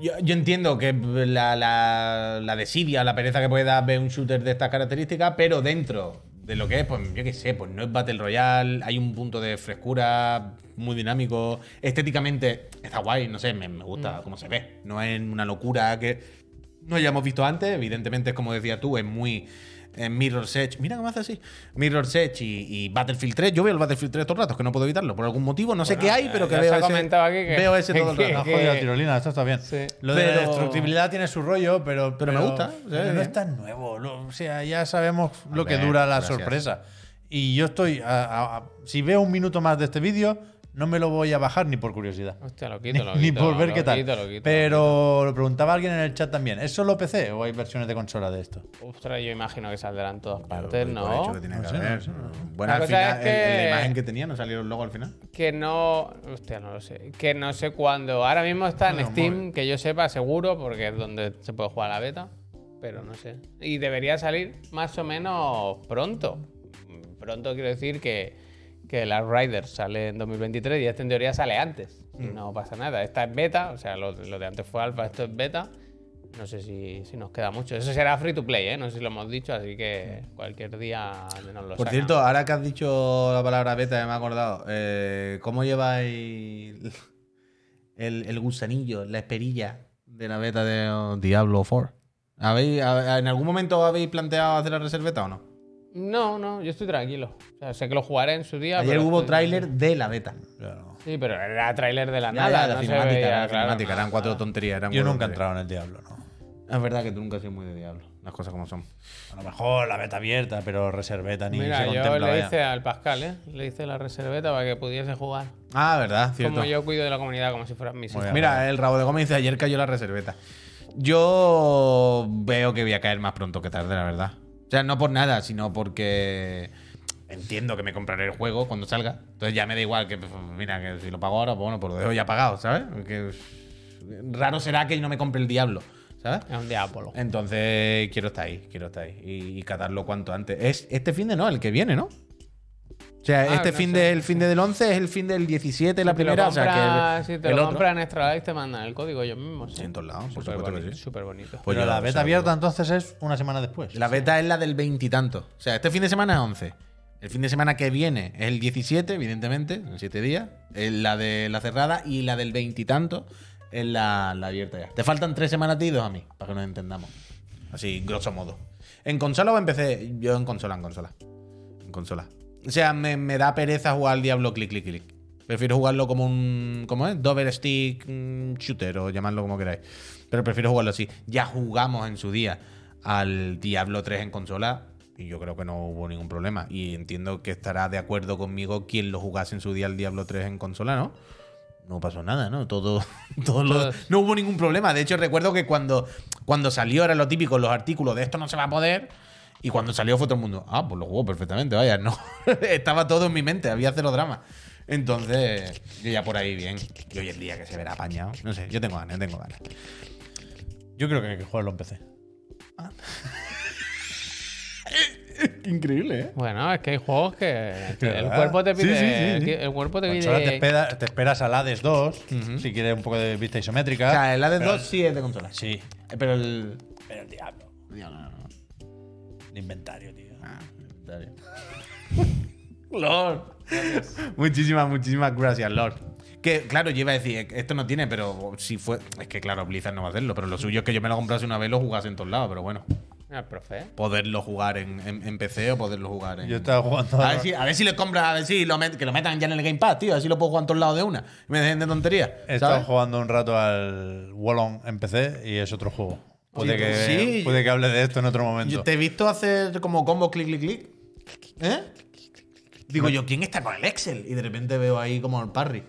Speaker 4: Yo, yo entiendo que la, la, la desidia, la pereza que puede dar ver un shooter de estas características, pero dentro de lo que es, pues yo qué sé, pues no es Battle Royale, hay un punto de frescura muy dinámico, estéticamente está guay, no sé, me, me
Speaker 3: Mm.
Speaker 4: gusta cómo se ve, no es una locura que no hayamos visto antes, evidentemente es como decía tú, es muy... En Mirror's Edge, mira cómo hace así. Mirror's Edge y, y Battlefield 3. Yo veo el Battlefield 3 todo el rato, es que no puedo evitarlo. Por algún motivo, no sé qué hay, pero que
Speaker 3: eh, ya se
Speaker 4: veo
Speaker 3: ha
Speaker 4: ese,
Speaker 3: comentado aquí que-
Speaker 4: veo ese todo el
Speaker 3: que-
Speaker 4: rato.
Speaker 2: Ah,
Speaker 3: que-
Speaker 2: joder, la tirolina, esto está bien.
Speaker 3: Sí.
Speaker 2: Lo de la
Speaker 4: Pero-
Speaker 2: destructibilidad tiene su rollo, pero.
Speaker 4: Pero me gusta, sí,
Speaker 2: pero no
Speaker 4: bien.
Speaker 2: es tan nuevo. lo- o sea, ya sabemos lo que
Speaker 4: ver,
Speaker 2: dura la
Speaker 4: gracias.
Speaker 2: sorpresa. Y yo estoy. a- a- a- si veo un minuto más de este vídeo, no me lo voy a bajar ni por curiosidad.
Speaker 3: Hostia, lo quito, lo quito.
Speaker 2: ni por ver
Speaker 3: lo
Speaker 2: qué tal.
Speaker 3: quito, lo quito.
Speaker 2: pero lo preguntaba alguien en el chat también. ¿Es solo PC o hay versiones de consola de esto?
Speaker 3: Ostras, yo imagino que saldrán en todas
Speaker 4: Pero,
Speaker 3: partes,
Speaker 4: por
Speaker 3: ¿no?
Speaker 4: hecho que tiene que haber. Bueno,
Speaker 3: La
Speaker 4: al
Speaker 3: cosa
Speaker 4: final,
Speaker 3: es que-
Speaker 4: el- la imagen que tenía no salió luego al final.
Speaker 3: Que no. Hostia, no lo sé. Que no sé cuándo. Ahora mismo está en
Speaker 2: Bueno,
Speaker 3: Steam,
Speaker 2: móvil.
Speaker 3: que yo sepa, seguro, porque es donde se puede jugar la beta. Pero no sé. Y debería salir más o menos pronto. Mm, Pronto quiero decir que, que la Rider sale en 2023 y este en teoría sale antes. Y No pasa nada. Esta es beta, o sea, lo, lo de antes fue alfa, esto es beta. No sé si, si nos queda mucho. Eso será free to play, ¿eh? No sé si lo hemos dicho, así que cualquier día nos lo
Speaker 4: Por
Speaker 3: sacan.
Speaker 4: cierto, ahora que has dicho la palabra beta, me he acordado. eh, ¿Cómo lleváis el, el gusanillo, la esperilla de la beta de oh, Diablo 4? ¿Habéis, a- a- ¿En algún momento habéis planteado hacer la reserveta o no?
Speaker 3: No, no, yo estoy tranquilo. O sea, sé que lo jugaré en su día.
Speaker 4: Ayer
Speaker 3: pero
Speaker 4: hubo
Speaker 3: estoy-
Speaker 4: tráiler de la beta.
Speaker 3: Sí, pero era tráiler de la
Speaker 4: Ya,
Speaker 3: nada.
Speaker 4: ya, la
Speaker 3: no se
Speaker 4: cinemática,
Speaker 3: veía,
Speaker 4: era la
Speaker 3: claro,
Speaker 4: cinemática,
Speaker 3: nada.
Speaker 4: eran cuatro tonterías. eran
Speaker 2: Yo
Speaker 4: cuatro
Speaker 2: nunca he
Speaker 4: tonterías.
Speaker 2: entrado en el Diablo, no.
Speaker 4: Es verdad que tú nunca has sido muy de Diablo, las cosas como son.
Speaker 2: A lo mejor la beta abierta, pero reserveta ni se
Speaker 3: Mira, yo
Speaker 2: contempla.
Speaker 3: le
Speaker 2: vaya.
Speaker 3: hice al Pascal, ¿eh? Le hice la reserveta para que pudiese jugar.
Speaker 4: Ah, verdad, cierto.
Speaker 3: Como yo cuido de la comunidad, como si fueran mis
Speaker 2: Muy
Speaker 3: hijos.
Speaker 2: bien.
Speaker 4: Mira, el rabo de Gómez dice, ayer cayó la reserveta. Yo veo que voy a caer más pronto que tarde, la verdad. O sea, no por nada, sino porque entiendo que me compraré el juego cuando salga. Entonces ya me da igual que, pues, mira, que si lo pago ahora, pues bueno, pues lo dejo ya pagado, ¿sabes? Porque raro será que no me compre el diablo, ¿sabes?
Speaker 3: Es un diablo.
Speaker 4: Eh, Entonces quiero estar ahí, quiero estar ahí y, y catarlo cuanto antes. Es este fin de no, el que viene, ¿no? O sea,
Speaker 3: Ah,
Speaker 4: este
Speaker 3: no
Speaker 4: fin
Speaker 3: sé.
Speaker 4: de, el fin de del 11 es el fin del 17, la
Speaker 3: Si te lo
Speaker 4: primera. o sea, que
Speaker 3: compras-
Speaker 4: el-
Speaker 3: si te
Speaker 4: el
Speaker 3: lo
Speaker 4: otro.
Speaker 3: compras en Extra Life te mandan el código ellos mismos. ¿eh?
Speaker 4: Sí, en todos lados,
Speaker 3: Súper
Speaker 4: por supuesto que
Speaker 3: bonito,
Speaker 4: sí.
Speaker 3: súper bonito.
Speaker 4: Pues
Speaker 2: Pero
Speaker 4: yo,
Speaker 2: la
Speaker 4: o
Speaker 2: beta
Speaker 4: sea,
Speaker 2: abierta entonces es una semana después.
Speaker 4: La beta es la del 20 y tanto. O sea, este fin de semana es 11. El fin de semana que viene es el 17, evidentemente, en 7 días. Es la de la cerrada y la del 20 y tanto es la, la abierta ya. Te faltan 3 semanas a ti y 2 a mí, para que nos entendamos. Así, grosso modo. ¿En consola o en PC? Yo en consola, en consola. En consola. O sea, me, me da pereza jugar al Diablo clic, clic, clic. Prefiero jugarlo como un. ¿Cómo es? Double stick mm, shooter o llamadlo como queráis. Pero prefiero jugarlo así. Ya jugamos en su día al Diablo 3 en consola y yo creo que no hubo ningún problema. Y entiendo que estará de acuerdo conmigo quien lo jugase en su día al Diablo 3 en consola, ¿no? no pasó nada, ¿no? Todo, todo lo-
Speaker 3: Todos.
Speaker 4: no hubo ningún problema. De hecho, recuerdo que cuando, cuando salió era lo típico, los artículos de esto no se va a poder. Y cuando salió fue todo el mundo, ah, pues lo jugó perfectamente, vaya, no. Estaba todo en mi mente, había cero drama. Entonces, yo ya por ahí bien. Y hoy el día que se verá apañado. No sé, yo tengo ganas, yo tengo ganas.
Speaker 2: Yo creo que hay que jugarlo en PC.
Speaker 4: Increíble, ¿eh?
Speaker 3: Bueno, es que hay juegos que, que el
Speaker 2: ¿Verdad?
Speaker 3: cuerpo te
Speaker 2: Sí,
Speaker 3: pide.
Speaker 2: sí, sí, sí.
Speaker 3: El cuerpo te
Speaker 2: Consola te,
Speaker 3: pide.
Speaker 2: espera- te esperas al Hades 2, si quieres un poco de vista isométrica.
Speaker 4: O sea, el AD2 sí es de consola.
Speaker 2: Sí,
Speaker 4: Eh, Pero el.
Speaker 2: pero el diablo.
Speaker 4: No, no, no.
Speaker 2: El inventario, tío.
Speaker 4: Ah, inventario. Lord. Muchísimas, muchísimas gracias, Lord. Que claro, yo iba a decir, esto no tiene, pero si fue. Es que claro, Blizzard no va a hacerlo, pero lo suyo es que yo me lo comprase una vez y lo jugase en todos lados, pero bueno.
Speaker 3: Ah, profe.
Speaker 4: Poderlo jugar en, en- en PC o poderlo jugar en.
Speaker 2: Yo estaba jugando
Speaker 4: a, ver si, a ver si le compra, a ver si lo met- que lo metan ya en el Game Pass, tío, a ver si lo puedo jugar en todos lados de una. Y me dejen de tonterías.
Speaker 2: He estado
Speaker 4: ¿sabes?
Speaker 2: jugando un rato al Wallon en PC y es otro juego. Puede,
Speaker 4: Sí,
Speaker 2: que,
Speaker 4: sí.
Speaker 2: puede que hable de esto en otro
Speaker 4: Yo
Speaker 2: momento.
Speaker 4: te he visto hacer como combos clic, clic, clic. ¿Eh? Digo yo, ¿quién está con el Excel? Y de repente veo ahí como el parry.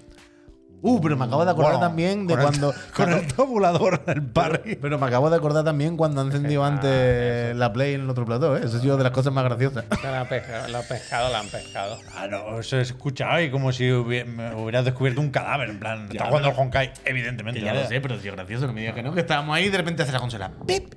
Speaker 4: Uh, pero me acabo de acordar
Speaker 2: Wallon,
Speaker 4: también de
Speaker 2: con el-
Speaker 4: cuando.
Speaker 2: con el tabulador del parry.
Speaker 4: Pero me acabo de acordar también cuando han encendido antes la Play en el otro plató, ¿eh? Eso ha sido de las cosas más graciosas.
Speaker 3: Se la, pesca- la han pescado, la han pescado.
Speaker 2: Ah, no, se escucha ahí como si hubie- me hubieras descubierto un cadáver. En plan, está jugando al Honkai, evidentemente. ¿vale?
Speaker 4: pero ha sido gracioso, no me digas que no, que estábamos ahí y de repente hace la consola. ¡Pip!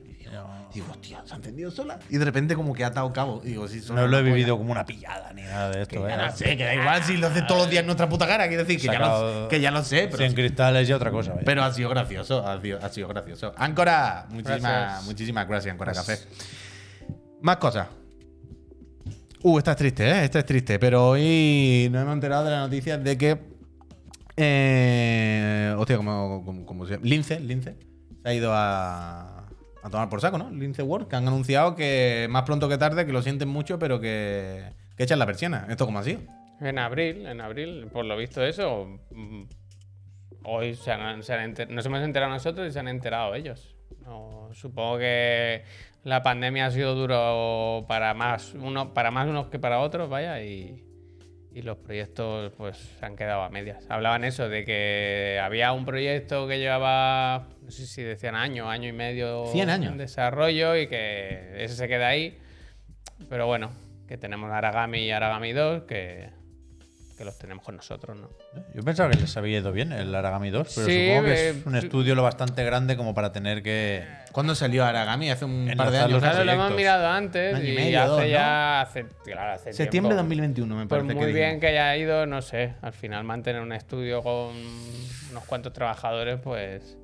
Speaker 4: Y digo, Digo, hostia, se ha encendido sola. Y de repente como que ha atado cabo. Y Digo, sí, suena
Speaker 2: No lo he
Speaker 4: una polla.
Speaker 2: vivido como una pillada ni nada de esto.
Speaker 4: Ya
Speaker 2: ¿eh?
Speaker 4: lo sé, que da igual si lo hace todos los días en nuestra puta cara. Quiero decir, que, ya lo,
Speaker 2: Sacado
Speaker 4: que ya lo sé, pero
Speaker 2: 100 cristales y otra cosa. ¿eh?
Speaker 4: Pero ha sido gracioso, ha sido, ha sido gracioso. Áncora, muchísimas
Speaker 3: Gracias.
Speaker 4: muchísimas gracias, Áncora Café. Más cosas. Uh, esta es triste, ¿eh? Esta es triste, pero hoy no hemos enterado de la noticia de que. Eh, hostia, como, como, como se llama. Lince, Lince. Se ha ido a, a tomar por saco, ¿no? Lince World, que han anunciado que más pronto que tarde, que lo sienten mucho, pero que, que echan la persiana. ¿Esto cómo ha sido?
Speaker 3: En abril, en abril, por lo visto eso. mm, Hoy se han- se han enter- nos hemos enterado nosotros y se han enterado ellos. No, supongo que la pandemia ha sido duro para más uno, para más unos que para otros, vaya, y, y los proyectos pues se han quedado a medias. Hablaban eso, de que había un proyecto que llevaba, no sé si decían año, año y medio
Speaker 4: 100 años.
Speaker 3: en desarrollo y que ese se queda ahí. Pero bueno, que tenemos Aragami y Aragami 2, que, que los tenemos con nosotros, ¿no?
Speaker 2: Yo pensaba que les había ido bien el Aragami 2, pero
Speaker 3: Sí,
Speaker 2: supongo que
Speaker 3: eh,
Speaker 2: es un estudio lo bastante grande como para tener que.
Speaker 4: ¿Cuándo salió Aragami? Hace un
Speaker 2: En
Speaker 4: par de
Speaker 2: los
Speaker 4: años.
Speaker 3: Claro,
Speaker 4: casi.
Speaker 3: lo hemos
Speaker 2: proyectos.
Speaker 3: mirado
Speaker 4: Un
Speaker 3: antes
Speaker 4: año y
Speaker 3: y,
Speaker 4: medio,
Speaker 3: hace
Speaker 4: dos,
Speaker 3: ya hace, claro, hace
Speaker 4: Septiembre de
Speaker 3: tiempo.
Speaker 4: 2021, me
Speaker 3: Por
Speaker 4: parece.
Speaker 3: muy
Speaker 4: que
Speaker 3: bien
Speaker 4: dijimos.
Speaker 3: que haya ido, no sé. Al final mantener un estudio con unos cuantos trabajadores, pues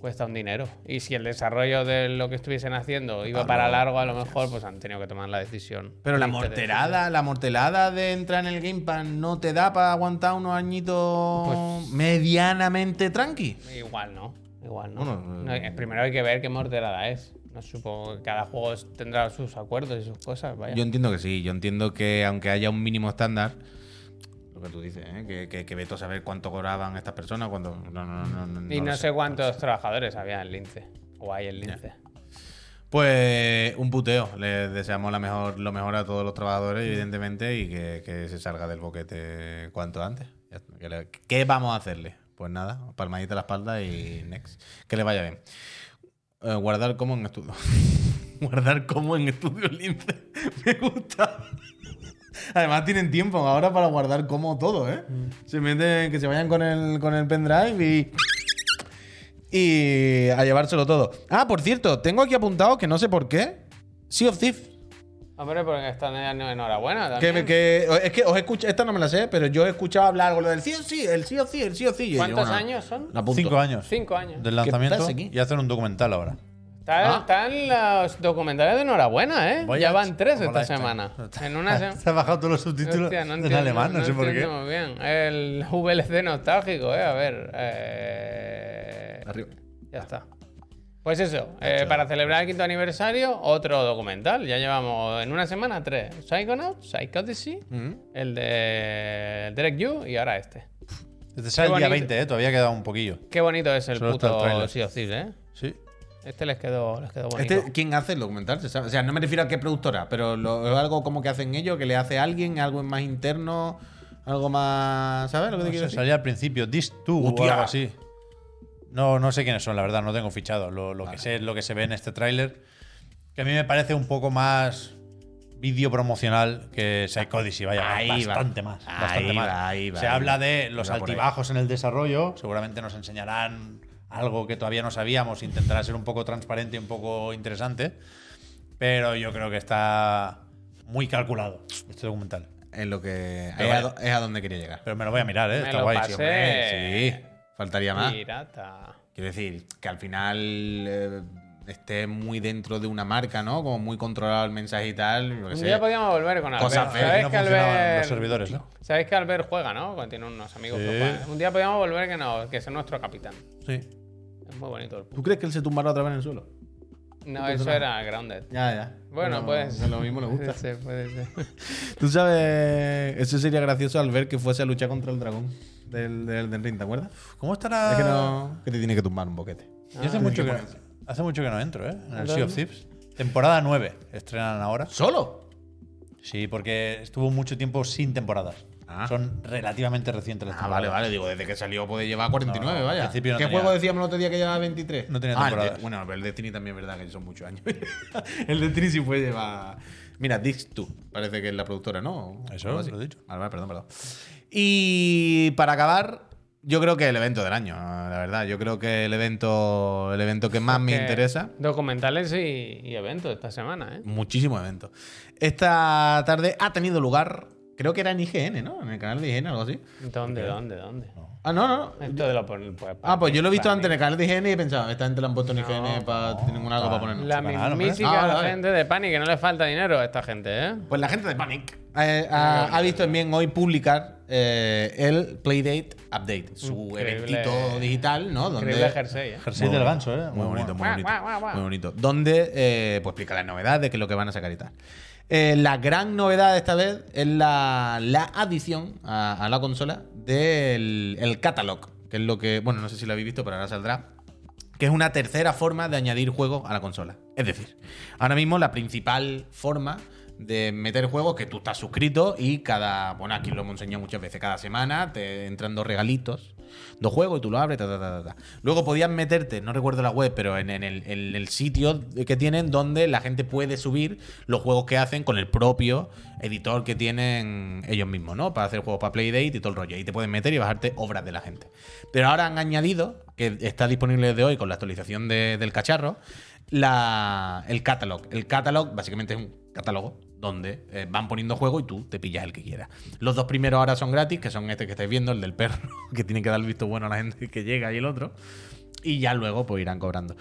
Speaker 3: cuesta un dinero. Y si el desarrollo de lo que estuviesen haciendo iba para largo, a lo mejor, pues han tenido que tomar la decisión.
Speaker 4: Pero la
Speaker 3: Triste
Speaker 4: morterada, la morterada de entrar en el Game Pass no te da para aguantar unos añitos
Speaker 3: Pues-
Speaker 4: medianamente tranqui.
Speaker 3: decisión. Igual no, igual no.
Speaker 4: Bueno,
Speaker 3: No, eh, primero hay que ver qué morterada es. No supongo que cada juego tendrá sus acuerdos y sus cosas, vaya.
Speaker 4: Yo entiendo que sí, yo entiendo que aunque haya un mínimo estándar, lo que tú dices, ¿eh? que, que, que vete a saber cuánto cobraban estas personas, cuando No, no, no, no,
Speaker 3: y
Speaker 4: no
Speaker 3: no,
Speaker 4: lo
Speaker 3: sé cuántos trabajadores había en Lince. O hay en Lince.
Speaker 4: Pues un puteo. Les deseamos la mejor, lo mejor a todos los trabajadores, evidentemente, y que, que se salga del boquete cuanto antes. Ya está. ¿Qué le- ¿Qué vamos a hacerle? Pues nada, palmadita a la espalda y next. Que le vaya bien. Eh, guardar como en estudio. guardar como en estudio lince. Me gusta. Además tienen tiempo ahora para guardar como todo, ¿eh? Se meten, que se vayan con el, con el pendrive y... y a llevárselo todo. Ah, por cierto, tengo aquí apuntado que no sé por qué. Sea of Thief.
Speaker 3: Hombre, porque están en- enhorabuena
Speaker 4: Que,
Speaker 3: también.
Speaker 4: me- que- es que os escucha, esta no me la sé, pero yo he escuchado hablar algo lo del Sea of Thief, el Sea of Thief, el Sea of Thief. Y yo,
Speaker 3: ¿Cuántos
Speaker 4: bueno,
Speaker 3: años son?
Speaker 4: la apunto.
Speaker 2: Cinco años
Speaker 3: Cinco años.
Speaker 2: del lanzamiento
Speaker 4: pasa aquí?
Speaker 2: y hacen un documental ahora.
Speaker 3: Están,
Speaker 4: Ah.
Speaker 3: están los documentales de enhorabuena, ¿eh?
Speaker 2: Voy
Speaker 3: ya
Speaker 2: a-
Speaker 3: van tres
Speaker 2: como
Speaker 3: esta
Speaker 2: la esta.
Speaker 3: semana. En una semana.
Speaker 2: Se ha bajado todos los subtítulos
Speaker 3: Ah, Hostia, no
Speaker 2: en
Speaker 3: entiendo-
Speaker 2: alemán, no, sé por
Speaker 3: entiendo
Speaker 2: qué.
Speaker 3: Muy bien. El VLC nostálgico, ¿eh? A ver. eh,
Speaker 4: Arriba.
Speaker 3: Ya está. Pues eso, eh, para celebrar el quinto aniversario, otro documental. Ya llevamos en una semana tres. Psychonauts, Psychodyssey, el de Derek Yu y ahora este.
Speaker 2: Este sale el
Speaker 3: Qué
Speaker 2: día
Speaker 3: bonito.
Speaker 2: 20, eh, todavía queda un poquillo.
Speaker 3: Qué bonito es el
Speaker 2: Solo está el
Speaker 3: puto
Speaker 2: tráiler.
Speaker 3: Sea of Thieves, ¿eh?
Speaker 2: Sí.
Speaker 3: Este les quedó, les quedó bonito.
Speaker 4: Este, ¿Quién hace el documental? ¿Se sabe? O sea, no me refiero a qué productora, pero lo- es algo como que hacen ellos, que le hace a alguien, algo más interno, algo más. ¿Sabes lo que
Speaker 2: No
Speaker 4: te
Speaker 2: sé,
Speaker 4: quiero decir?
Speaker 2: salía al principio, Dis 2 o
Speaker 4: Hostia.
Speaker 2: algo así. No, no sé quiénes son, la verdad, no tengo fichado. Lo, lo que sé es lo que se ve en este tráiler. Que a mí me parece un poco más vídeo promocional que Psychodyssey, vaya,
Speaker 4: Ahí va.
Speaker 2: bastante más. Bastante
Speaker 4: Ahí
Speaker 2: más.
Speaker 4: va, ahí va,
Speaker 2: se
Speaker 4: ahí
Speaker 2: habla
Speaker 4: va.
Speaker 2: de los
Speaker 4: Va por ahí.
Speaker 2: altibajos en el desarrollo, seguramente nos enseñarán algo que todavía no sabíamos, intentará ser un poco transparente y un poco interesante, pero yo creo que está muy calculado este documental.
Speaker 4: Es lo que.
Speaker 2: Pero
Speaker 4: es, a,
Speaker 2: vaya.
Speaker 4: do- es a donde quería llegar.
Speaker 2: Pero me lo voy a mirar, ¿eh?
Speaker 3: Me
Speaker 2: está
Speaker 3: lo
Speaker 2: guay.
Speaker 3: pasé.
Speaker 4: hombre, sí, faltaría más.
Speaker 3: Pirata.
Speaker 4: Quiero decir, que al final eh, esté muy dentro de una marca, ¿no? Como muy controlado el mensaje y tal. yo qué
Speaker 3: Un
Speaker 4: sé.
Speaker 3: día podíamos volver con Albert.
Speaker 4: Pues Cosa fea,
Speaker 2: Aquí
Speaker 3: ¿Sabes
Speaker 2: no
Speaker 3: que
Speaker 2: funcionaban
Speaker 3: Albert...
Speaker 2: los servidores, ¿no?
Speaker 3: Sabéis que Albert juega, ¿no? Continúa unos amigos
Speaker 2: Sí.
Speaker 3: que juegan. Un día podíamos volver que no, que es nuestro capitán.
Speaker 2: Sí.
Speaker 3: Es muy bonito el pu-
Speaker 4: ¿Tú crees que él se tumbará otra vez en el suelo?
Speaker 3: No, eso era Grounded.
Speaker 4: Ya, ya.
Speaker 3: Bueno, pues.
Speaker 4: Lo mismo le gusta.
Speaker 3: Puede ser, puede ser.
Speaker 4: Tú sabes, eso sería gracioso al ver que fuese a luchar contra el dragón del, del Elden Ring, ¿te acuerdas?
Speaker 2: ¿Cómo estará?
Speaker 4: Es que no. Que te tiene que tumbar un boquete.
Speaker 2: Ah. Yo hace, mucho que, hace mucho que no entro, ¿eh? En el Sea of Thieves. Temporada 9 estrenan ahora.
Speaker 4: ¿Solo?
Speaker 2: Sí, porque estuvo mucho tiempo sin temporadas.
Speaker 4: Ah.
Speaker 2: Son relativamente recientes las
Speaker 4: Ah,
Speaker 2: temporadas.
Speaker 4: vale, vale. Digo, desde que salió puede llevar 49,
Speaker 2: No, al
Speaker 4: vaya.
Speaker 2: principio no
Speaker 4: ¿Qué
Speaker 2: tenía-
Speaker 4: juego decíamos el otro día que llevaba 23?
Speaker 2: No tenía
Speaker 4: Ah, el de-
Speaker 2: temporadas.
Speaker 4: bueno, pero el Destiny también es verdad que son muchos años. el Destiny sí puede llevar. Mira, Dix2, parece que es la productora, ¿no? O
Speaker 2: Eso,
Speaker 4: algo así.
Speaker 2: lo he dicho.
Speaker 4: Vale, vale, perdón, perdón. Y para acabar, yo creo que el evento del año, la verdad. Yo creo que el evento, el evento que más me
Speaker 3: Que
Speaker 4: interesa.
Speaker 3: Eh, Documentales y, y eventos esta semana, ¿eh?
Speaker 4: Muchísimo evento. Esta tarde ha tenido lugar, creo que era en IGN, ¿no? En el canal de IGN, algo así.
Speaker 3: ¿Dónde, dónde, dónde?
Speaker 4: Ah, no, no. no.
Speaker 3: Esto de lo pon- pues,
Speaker 4: Ah, pues yo lo he visto
Speaker 3: para
Speaker 4: antes en
Speaker 3: mí.
Speaker 4: el canal de IGN y he pensado, esta gente la han puesto en IGN para tener ninguna algo para poner.
Speaker 3: Ah, La
Speaker 2: Su canal, hombre.
Speaker 3: mismísima
Speaker 4: Ah, vale, vale.
Speaker 3: gente de Panic, que no le falta dinero a esta gente, ¿eh?
Speaker 4: Pues la gente de Panic eh, ha, ha visto también hoy publicar eh, el Playdate Update, su
Speaker 3: Increíble.
Speaker 4: eventito digital, ¿no? Donde-
Speaker 3: Increíble jersey, ¿eh?
Speaker 2: Jersey
Speaker 4: Muy
Speaker 2: del
Speaker 4: bonito,
Speaker 2: ganso, ¿eh?
Speaker 4: Muy bonito, muy
Speaker 3: Guau,
Speaker 4: bonito.
Speaker 3: guau, guau, guau.
Speaker 4: Muy bonito. Donde eh, pues explica las novedades, qué es lo que van a sacar y tal. Eh, la gran novedad esta vez es la, la adición a, a la consola del el catalog, que es lo que, bueno, no sé si lo habéis visto, pero ahora saldrá, que es una tercera forma de añadir juegos a la consola. Es decir, ahora mismo la principal forma de meter juegos que tú estás suscrito y cada, bueno, aquí lo hemos enseñado muchas veces, cada semana te entran dos regalitos, dos juegos y tú lo abres, ta, ta, ta, ta, ta. Luego podías meterte, no recuerdo la web, pero en, en el, en el sitio que tienen donde la gente puede subir los juegos que hacen con el propio editor que tienen ellos mismos, ¿no? Para hacer juegos para Playdate y todo el rollo. Ahí te pueden meter y bajarte obras de la gente. Pero ahora han añadido, que está disponible desde hoy con la actualización de- del cacharro, la, el catalog. El catalog básicamente es un catálogo donde eh, van poniendo juego y tú te pillas el que quieras. Los dos primeros ahora son gratis, que son este que estáis viendo, el del perro, que tiene que dar el visto bueno a la gente que llega y el otro. Y ya luego pues irán cobrando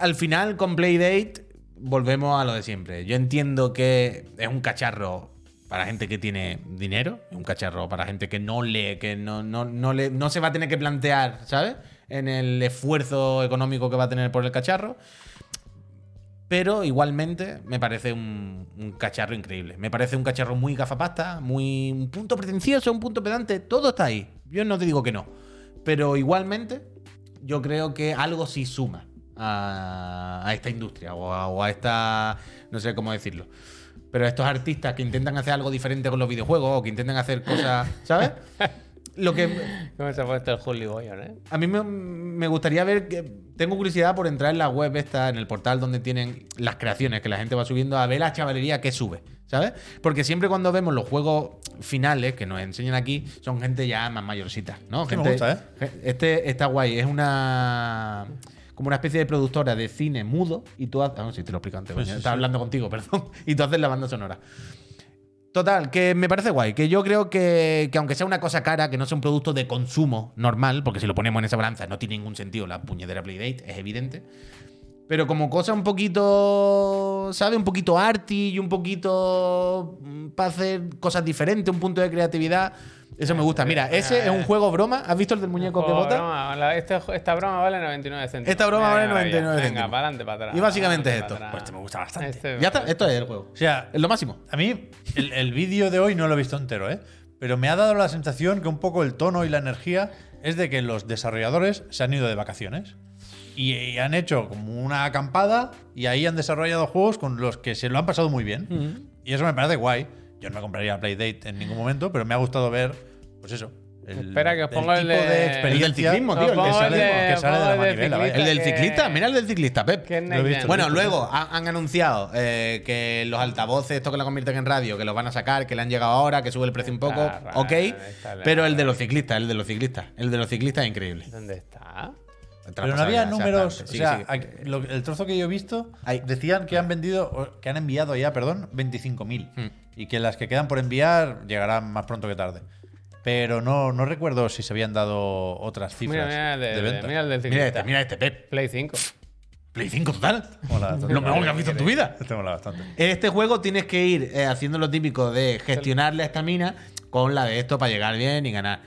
Speaker 4: al final con Playdate volvemos a lo de siempre. Yo entiendo que es un cacharro para gente que tiene dinero, es un cacharro para gente que no le, que no, no, no le, no se va a tener que plantear, ¿sabes? En el esfuerzo económico que va a tener por el cacharro. Pero igualmente me parece un, un cacharro increíble. Me parece un cacharro muy gafapasta, muy un punto pretencioso, un punto pedante. Todo está ahí. Yo no te digo que no. Pero igualmente yo creo que algo sí suma a, a esta industria o a, o a esta... no sé cómo decirlo. Pero estos artistas que intentan hacer algo diferente con los videojuegos o que intentan hacer cosas, ¿sabes? lo que
Speaker 3: ¿Cómo se ha puesto el Holy Boy, eh?
Speaker 4: a mí me, me gustaría ver, que, tengo curiosidad por entrar en la web esta, en el portal donde tienen las creaciones que la gente va subiendo, a ver la chavalería que sube, ¿sabes? Porque siempre cuando vemos los juegos finales que nos enseñan aquí, son gente ya más mayorcita, ¿no?
Speaker 2: Este
Speaker 4: Gente,
Speaker 2: me gusta,
Speaker 4: ge- Este está guay, es una... Como una especie de productora de cine mudo y tú haces... Ah, sí, te lo explico
Speaker 2: Sí,
Speaker 4: antes, coño,
Speaker 2: sí,
Speaker 4: estaba
Speaker 2: sí.
Speaker 4: hablando contigo, perdón. Y tú haces la banda sonora. Total, que me parece guay. Que yo creo que, que aunque sea una cosa cara, que no sea un producto de consumo normal, porque si lo ponemos en esa balanza no tiene ningún sentido la puñetera Playdate, es evidente. Pero como cosa un poquito, ¿sabes? Un poquito arty y un poquito para hacer cosas diferentes, un punto de creatividad. Eso me gusta. Mira, ese es un
Speaker 3: Eh.
Speaker 4: juego broma. ¿Has visto el del muñeco que
Speaker 3: Juego
Speaker 4: bota?
Speaker 3: broma, la- este- esta broma vale 99 céntimos.
Speaker 4: Esta broma vale
Speaker 3: maravilla.
Speaker 4: 99
Speaker 3: Venga,
Speaker 4: céntimos.
Speaker 3: para adelante, para atrás.
Speaker 4: Y básicamente es esto.
Speaker 3: Para atrás.
Speaker 4: Pues este me gusta bastante.
Speaker 3: Este-
Speaker 4: Ya está, esto es el juego.
Speaker 2: O sea,
Speaker 4: Es lo máximo.
Speaker 2: a mí el, el vídeo de hoy no lo he visto entero, ¿eh? Pero me ha dado la sensación que un poco el tono y la energía es de que los desarrolladores se han ido de vacaciones. Y, y han hecho como una acampada y ahí han desarrollado juegos con los que se lo han pasado muy bien. Y eso me parece guay. Yo no me compraría Playdate en ningún momento, pero me ha gustado ver, pues eso. El,
Speaker 3: Espera, que os pongo el
Speaker 2: tipo
Speaker 3: de-
Speaker 2: de
Speaker 4: El
Speaker 2: experiencia
Speaker 4: del ciclismo, tío.
Speaker 3: Os
Speaker 4: El,
Speaker 3: pongo
Speaker 4: que
Speaker 2: que
Speaker 4: sale-
Speaker 2: sale,
Speaker 3: de-
Speaker 2: que sale de la
Speaker 3: pongo el de
Speaker 2: manivela, vaya.
Speaker 3: ciclista.
Speaker 4: el del
Speaker 3: que-
Speaker 4: ciclista. Mira el del ciclista, Pep.
Speaker 3: Que es
Speaker 2: Lo he visto.
Speaker 3: Next Gen.
Speaker 4: Bueno,
Speaker 2: Perfecto.
Speaker 4: luego ha- han, anunciado eh, que los altavoces, esto que la convierten en radio, que los van a sacar, que le han llegado ahora, que sube el precio un poco,
Speaker 3: Está raro,
Speaker 4: ok.
Speaker 3: está
Speaker 4: Pero
Speaker 3: raro.
Speaker 4: el de los ciclistas, el de los ciclistas, el de los ciclistas es increíble.
Speaker 3: ¿Dónde está?
Speaker 2: Pero no había números.
Speaker 4: Sí,
Speaker 2: o sea,
Speaker 4: sí.
Speaker 2: aquí- lo- el trozo que yo he visto
Speaker 4: Ahí.
Speaker 2: decían que han vendido, o que han enviado ya, perdón, 25.000.
Speaker 4: Hmm.
Speaker 2: Y que las que quedan por enviar llegarán más pronto que tarde. Pero no, no recuerdo si se habían dado otras
Speaker 3: Mira,
Speaker 2: cifras
Speaker 3: mira el de,
Speaker 2: de venta.
Speaker 3: mira el del
Speaker 4: pues, Mira
Speaker 3: ciclista.
Speaker 4: este, mira este, Pep.
Speaker 3: Play 5.
Speaker 4: Play 5 total.
Speaker 2: Mola,
Speaker 4: Pues Lo mejor que has visto en tu vida.
Speaker 2: Te mola bastante.
Speaker 4: En este juego tienes que ir eh, haciendo lo típico de gestionar la estamina con la de esto para llegar bien y ganar.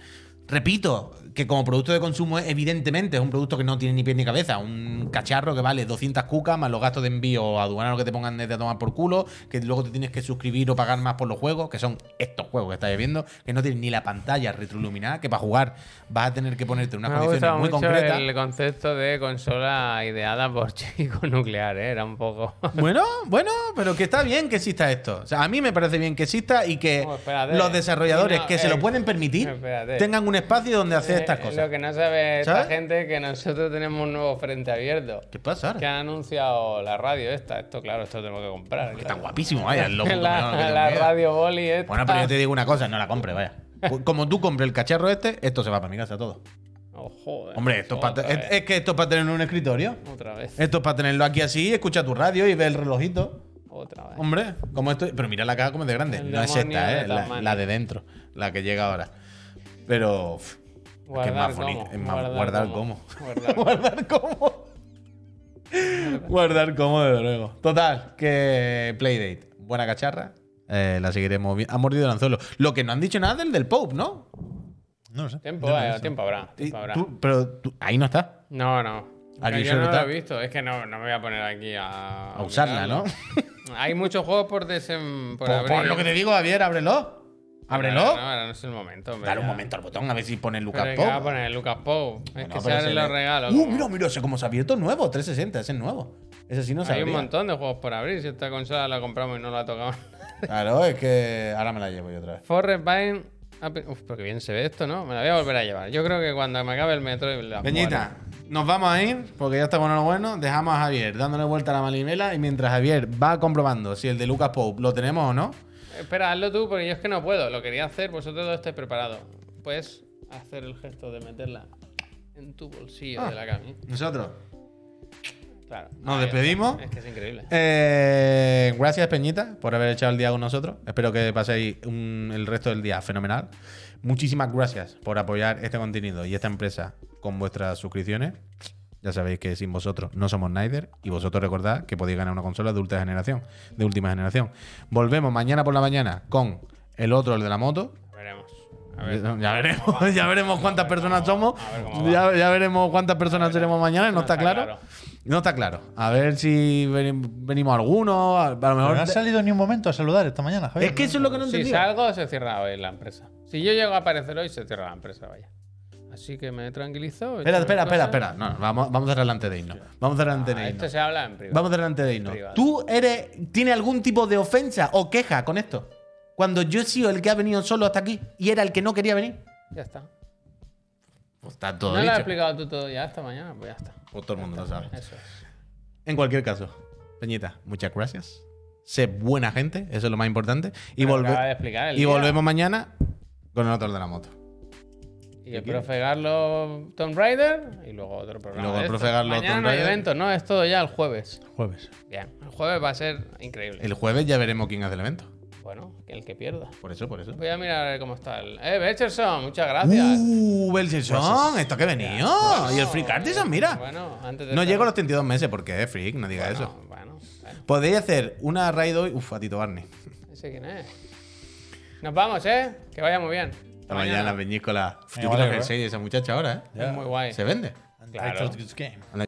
Speaker 4: Repito, que como producto de consumo, evidentemente, es un producto que no tiene ni pies ni cabeza. Un cacharro que vale 200 cucas más los gastos de envío aduanero que te pongan desde a tomar por culo, que luego te tienes que suscribir o pagar más por los juegos, que son estos juegos que estáis viendo, que no tienen ni la pantalla retroiluminada, que para jugar vas a tener que ponerte unas
Speaker 3: Me ha
Speaker 4: condiciones
Speaker 3: gustado
Speaker 4: muy
Speaker 3: mucho
Speaker 4: concretas.
Speaker 3: el concepto de consola ideada por chico nuclear, ¿eh? era un poco.
Speaker 4: Bueno, bueno, pero que está bien que exista esto. O sea, a mí me parece bien que exista y que
Speaker 3: Oh, espérate.
Speaker 4: los desarrolladores
Speaker 3: No,
Speaker 4: que se
Speaker 3: eh,
Speaker 4: lo pueden permitir
Speaker 3: espérate.
Speaker 4: tengan un espacio donde hacer estas
Speaker 3: Eh,
Speaker 4: cosas.
Speaker 3: Lo que no sabe esta
Speaker 4: ¿Sabes?
Speaker 3: gente es que nosotros tenemos un nuevo frente abierto.
Speaker 4: ¿Qué pasa
Speaker 3: Que
Speaker 4: ahora?
Speaker 3: han anunciado la radio esta. Esto, claro, esto lo tengo que comprar.
Speaker 4: Que
Speaker 3: claro.
Speaker 4: está guapísimo, vaya. lo puto
Speaker 3: la,
Speaker 4: menor que tengo
Speaker 3: la
Speaker 4: en mi vida.
Speaker 3: radio boli esta.
Speaker 4: Bueno, pero yo te digo una cosa, no la compres, vaya. Como tú compres el cacharro este, esto se va para mi casa todo.
Speaker 3: Oh, joder,
Speaker 4: Hombre, esto es, para
Speaker 3: otra
Speaker 4: te- eh, es-
Speaker 3: vez,
Speaker 4: es que esto es para tenerlo en un escritorio.
Speaker 3: Otra vez.
Speaker 4: Esto es para tenerlo aquí así, escucha tu radio y ve el relojito.
Speaker 3: Otra vez.
Speaker 4: Hombre, como esto. Pero mira la caja como es de grande.
Speaker 3: El
Speaker 4: No es
Speaker 3: demonio
Speaker 4: esta,
Speaker 3: de
Speaker 4: eh, la,
Speaker 3: Tasmania.
Speaker 4: la de dentro, la que llega ahora. Pero. uf, es que es más bonito. Es más guardar como.
Speaker 3: Guardar como.
Speaker 4: Guardar como. Guardar como, de luego. Total, que Playdate. Buena cacharra. Eh, la seguiremos viendo. Ha mordido el anzuelo. Lo que no han dicho nada del del Pope, ¿no?
Speaker 2: No lo sé.
Speaker 3: Tiempo,
Speaker 2: Yo no
Speaker 3: eh,
Speaker 2: lo sé.
Speaker 3: tiempo habrá.
Speaker 4: Y
Speaker 3: Tiempo habrá.
Speaker 4: tú- pero tú- ahí no está.
Speaker 3: No, no.
Speaker 4: Are
Speaker 3: Yo
Speaker 4: you
Speaker 3: yo
Speaker 4: sure
Speaker 3: no lo
Speaker 4: that-
Speaker 3: he visto. Es que no, no me voy a poner aquí a.
Speaker 4: A usarla,
Speaker 3: mirarlo. Hay muchos juegos por desem. Por
Speaker 4: Por,
Speaker 3: abrir.
Speaker 4: pues, lo que te digo, Javier, ábrelo. Ábrelo.
Speaker 3: No, ahora no es el momento. hombre,
Speaker 4: Dale un
Speaker 3: ya.
Speaker 4: momento al botón a ver si pone Lucas
Speaker 3: Pero es que
Speaker 4: Pope.
Speaker 3: va a poner Lucas Pou. Es
Speaker 4: Bueno,
Speaker 3: que se
Speaker 4: pero ese
Speaker 3: abren los
Speaker 4: le-
Speaker 3: regalos.
Speaker 4: Uh,
Speaker 3: como-
Speaker 4: mira, mira, ese como se ha abierto nuevo, 360, ese es nuevo. Ese sí no se
Speaker 3: Hay un
Speaker 4: abría.
Speaker 3: montón de juegos por abrir. Si esta consola la compramos y no la tocamos.
Speaker 4: Claro, es que ahora me la llevo yo otra vez.
Speaker 3: Forrest Vine. Ape- Uf, pero que bien se ve esto, ¿no? Me la voy a volver a llevar. Yo creo que cuando me acabe el metro. y la
Speaker 4: Peñita, nos vamos a ir porque ya está bueno lo bueno. Dejamos a Javier dándole vuelta a la malimela y mientras Javier va comprobando si el de Lucas Pope lo tenemos o no,
Speaker 3: Espera, hazlo tú, porque yo es que no puedo. Lo quería hacer, vosotros dos estáis preparados. Puedes hacer el gesto de meterla en tu bolsillo
Speaker 4: Ah.
Speaker 3: de la camisa.
Speaker 4: nosotros.
Speaker 3: Claro.
Speaker 4: Nos
Speaker 3: Ahí
Speaker 4: despedimos.
Speaker 3: está. Es que es increíble.
Speaker 4: Eh, gracias Peñita por haber echado el día con nosotros. Espero que paséis un- el resto del día fenomenal. Muchísimas gracias por apoyar este contenido y esta empresa con vuestras suscripciones. Ya sabéis que sin vosotros no somos Nider y vosotros recordad que podéis ganar una consola de última generación, de última generación. Volvemos mañana por la mañana con el otro, el de la moto.
Speaker 3: Veremos. A ver.
Speaker 4: Ya, veremos, ya veremos cuántas personas somos.
Speaker 3: a ver cómo va.
Speaker 4: Ya, ya veremos cuántas personas seremos mañana. No
Speaker 3: No
Speaker 4: está
Speaker 3: está
Speaker 4: claro.
Speaker 3: claro.
Speaker 4: No está claro. A ver si veni- venimos algunos. A a lo
Speaker 2: Pero
Speaker 4: mejor.
Speaker 2: no has salido ni un momento a saludar esta mañana, Javier.
Speaker 4: Es que eso es lo que no
Speaker 3: Si
Speaker 4: entendí.
Speaker 3: salgo, se cierra hoy la empresa. Si yo llego a aparecer hoy, se cierra la empresa, vaya. Así que me tranquilizo.
Speaker 4: Espera,
Speaker 3: echo
Speaker 4: espera,
Speaker 3: mis
Speaker 4: espera,
Speaker 3: cosas.
Speaker 4: espera. No, no, vamos, vamos delante de irnos. Vamos delante
Speaker 3: Ah,
Speaker 4: de
Speaker 3: esto
Speaker 4: irnos.
Speaker 3: se habla en privado. Este
Speaker 4: Vamos delante de irnos.
Speaker 3: Privado.
Speaker 4: ¿Tú eres, tiene algún tipo de ofensa o queja con esto? Cuando yo he sido el que ha venido solo hasta aquí y era el que no quería venir.
Speaker 3: Ya está.
Speaker 5: Pues está todo
Speaker 3: no lo has
Speaker 5: dicho.
Speaker 3: explicado tú todo ya esta mañana, pues ya está.
Speaker 4: Pues todo el mundo lo sabe.
Speaker 3: Eso es.
Speaker 4: En cualquier caso, Peñita, muchas gracias. Sé buena gente, eso es lo más importante. Y,
Speaker 3: Pero
Speaker 4: volve-
Speaker 3: acaba de explicar el
Speaker 4: y
Speaker 3: día.
Speaker 4: volvemos mañana con el otro de la moto.
Speaker 3: Y el profe Garlo Tomb Raider y luego otro programa.
Speaker 4: luego el
Speaker 3: de esto.
Speaker 4: profe Garlo
Speaker 3: Mañana
Speaker 4: Tomb
Speaker 3: no hay
Speaker 4: Raider.
Speaker 3: evento, no, es todo ya el jueves.
Speaker 2: Jueves.
Speaker 3: Bien, el jueves va a ser increíble.
Speaker 4: El jueves ya veremos quién hace el evento.
Speaker 3: Bueno, que el que pierda.
Speaker 4: Por eso, por eso.
Speaker 3: Voy a mirar a ver cómo está el. ¡Eh, Becherson! Muchas gracias.
Speaker 4: ¡Uh, Belchesón! ¿Esto que ha venido? ¡Oh! y el Freak Artisan, mira.
Speaker 3: Bueno, antes de
Speaker 4: no
Speaker 3: todo-
Speaker 4: llego a los 32 meses porque es freak, no diga
Speaker 3: Bueno,
Speaker 4: eso.
Speaker 3: Bueno, bueno.
Speaker 4: Podéis hacer una raid hoy. Uf, a Tito Barney.
Speaker 3: Ese quién es. Nos vamos, ¿eh? Que vaya muy bien.
Speaker 4: Hasta mañana, Peñíscola. Uf, Yo
Speaker 2: Venga,
Speaker 4: creo
Speaker 2: vale,
Speaker 4: que el
Speaker 2: bro.
Speaker 4: 6 de esa muchacha ahora, ¿eh?
Speaker 2: Ya.
Speaker 3: Es muy guay.
Speaker 4: Se vende.
Speaker 3: Claro.
Speaker 2: It's game.
Speaker 4: Han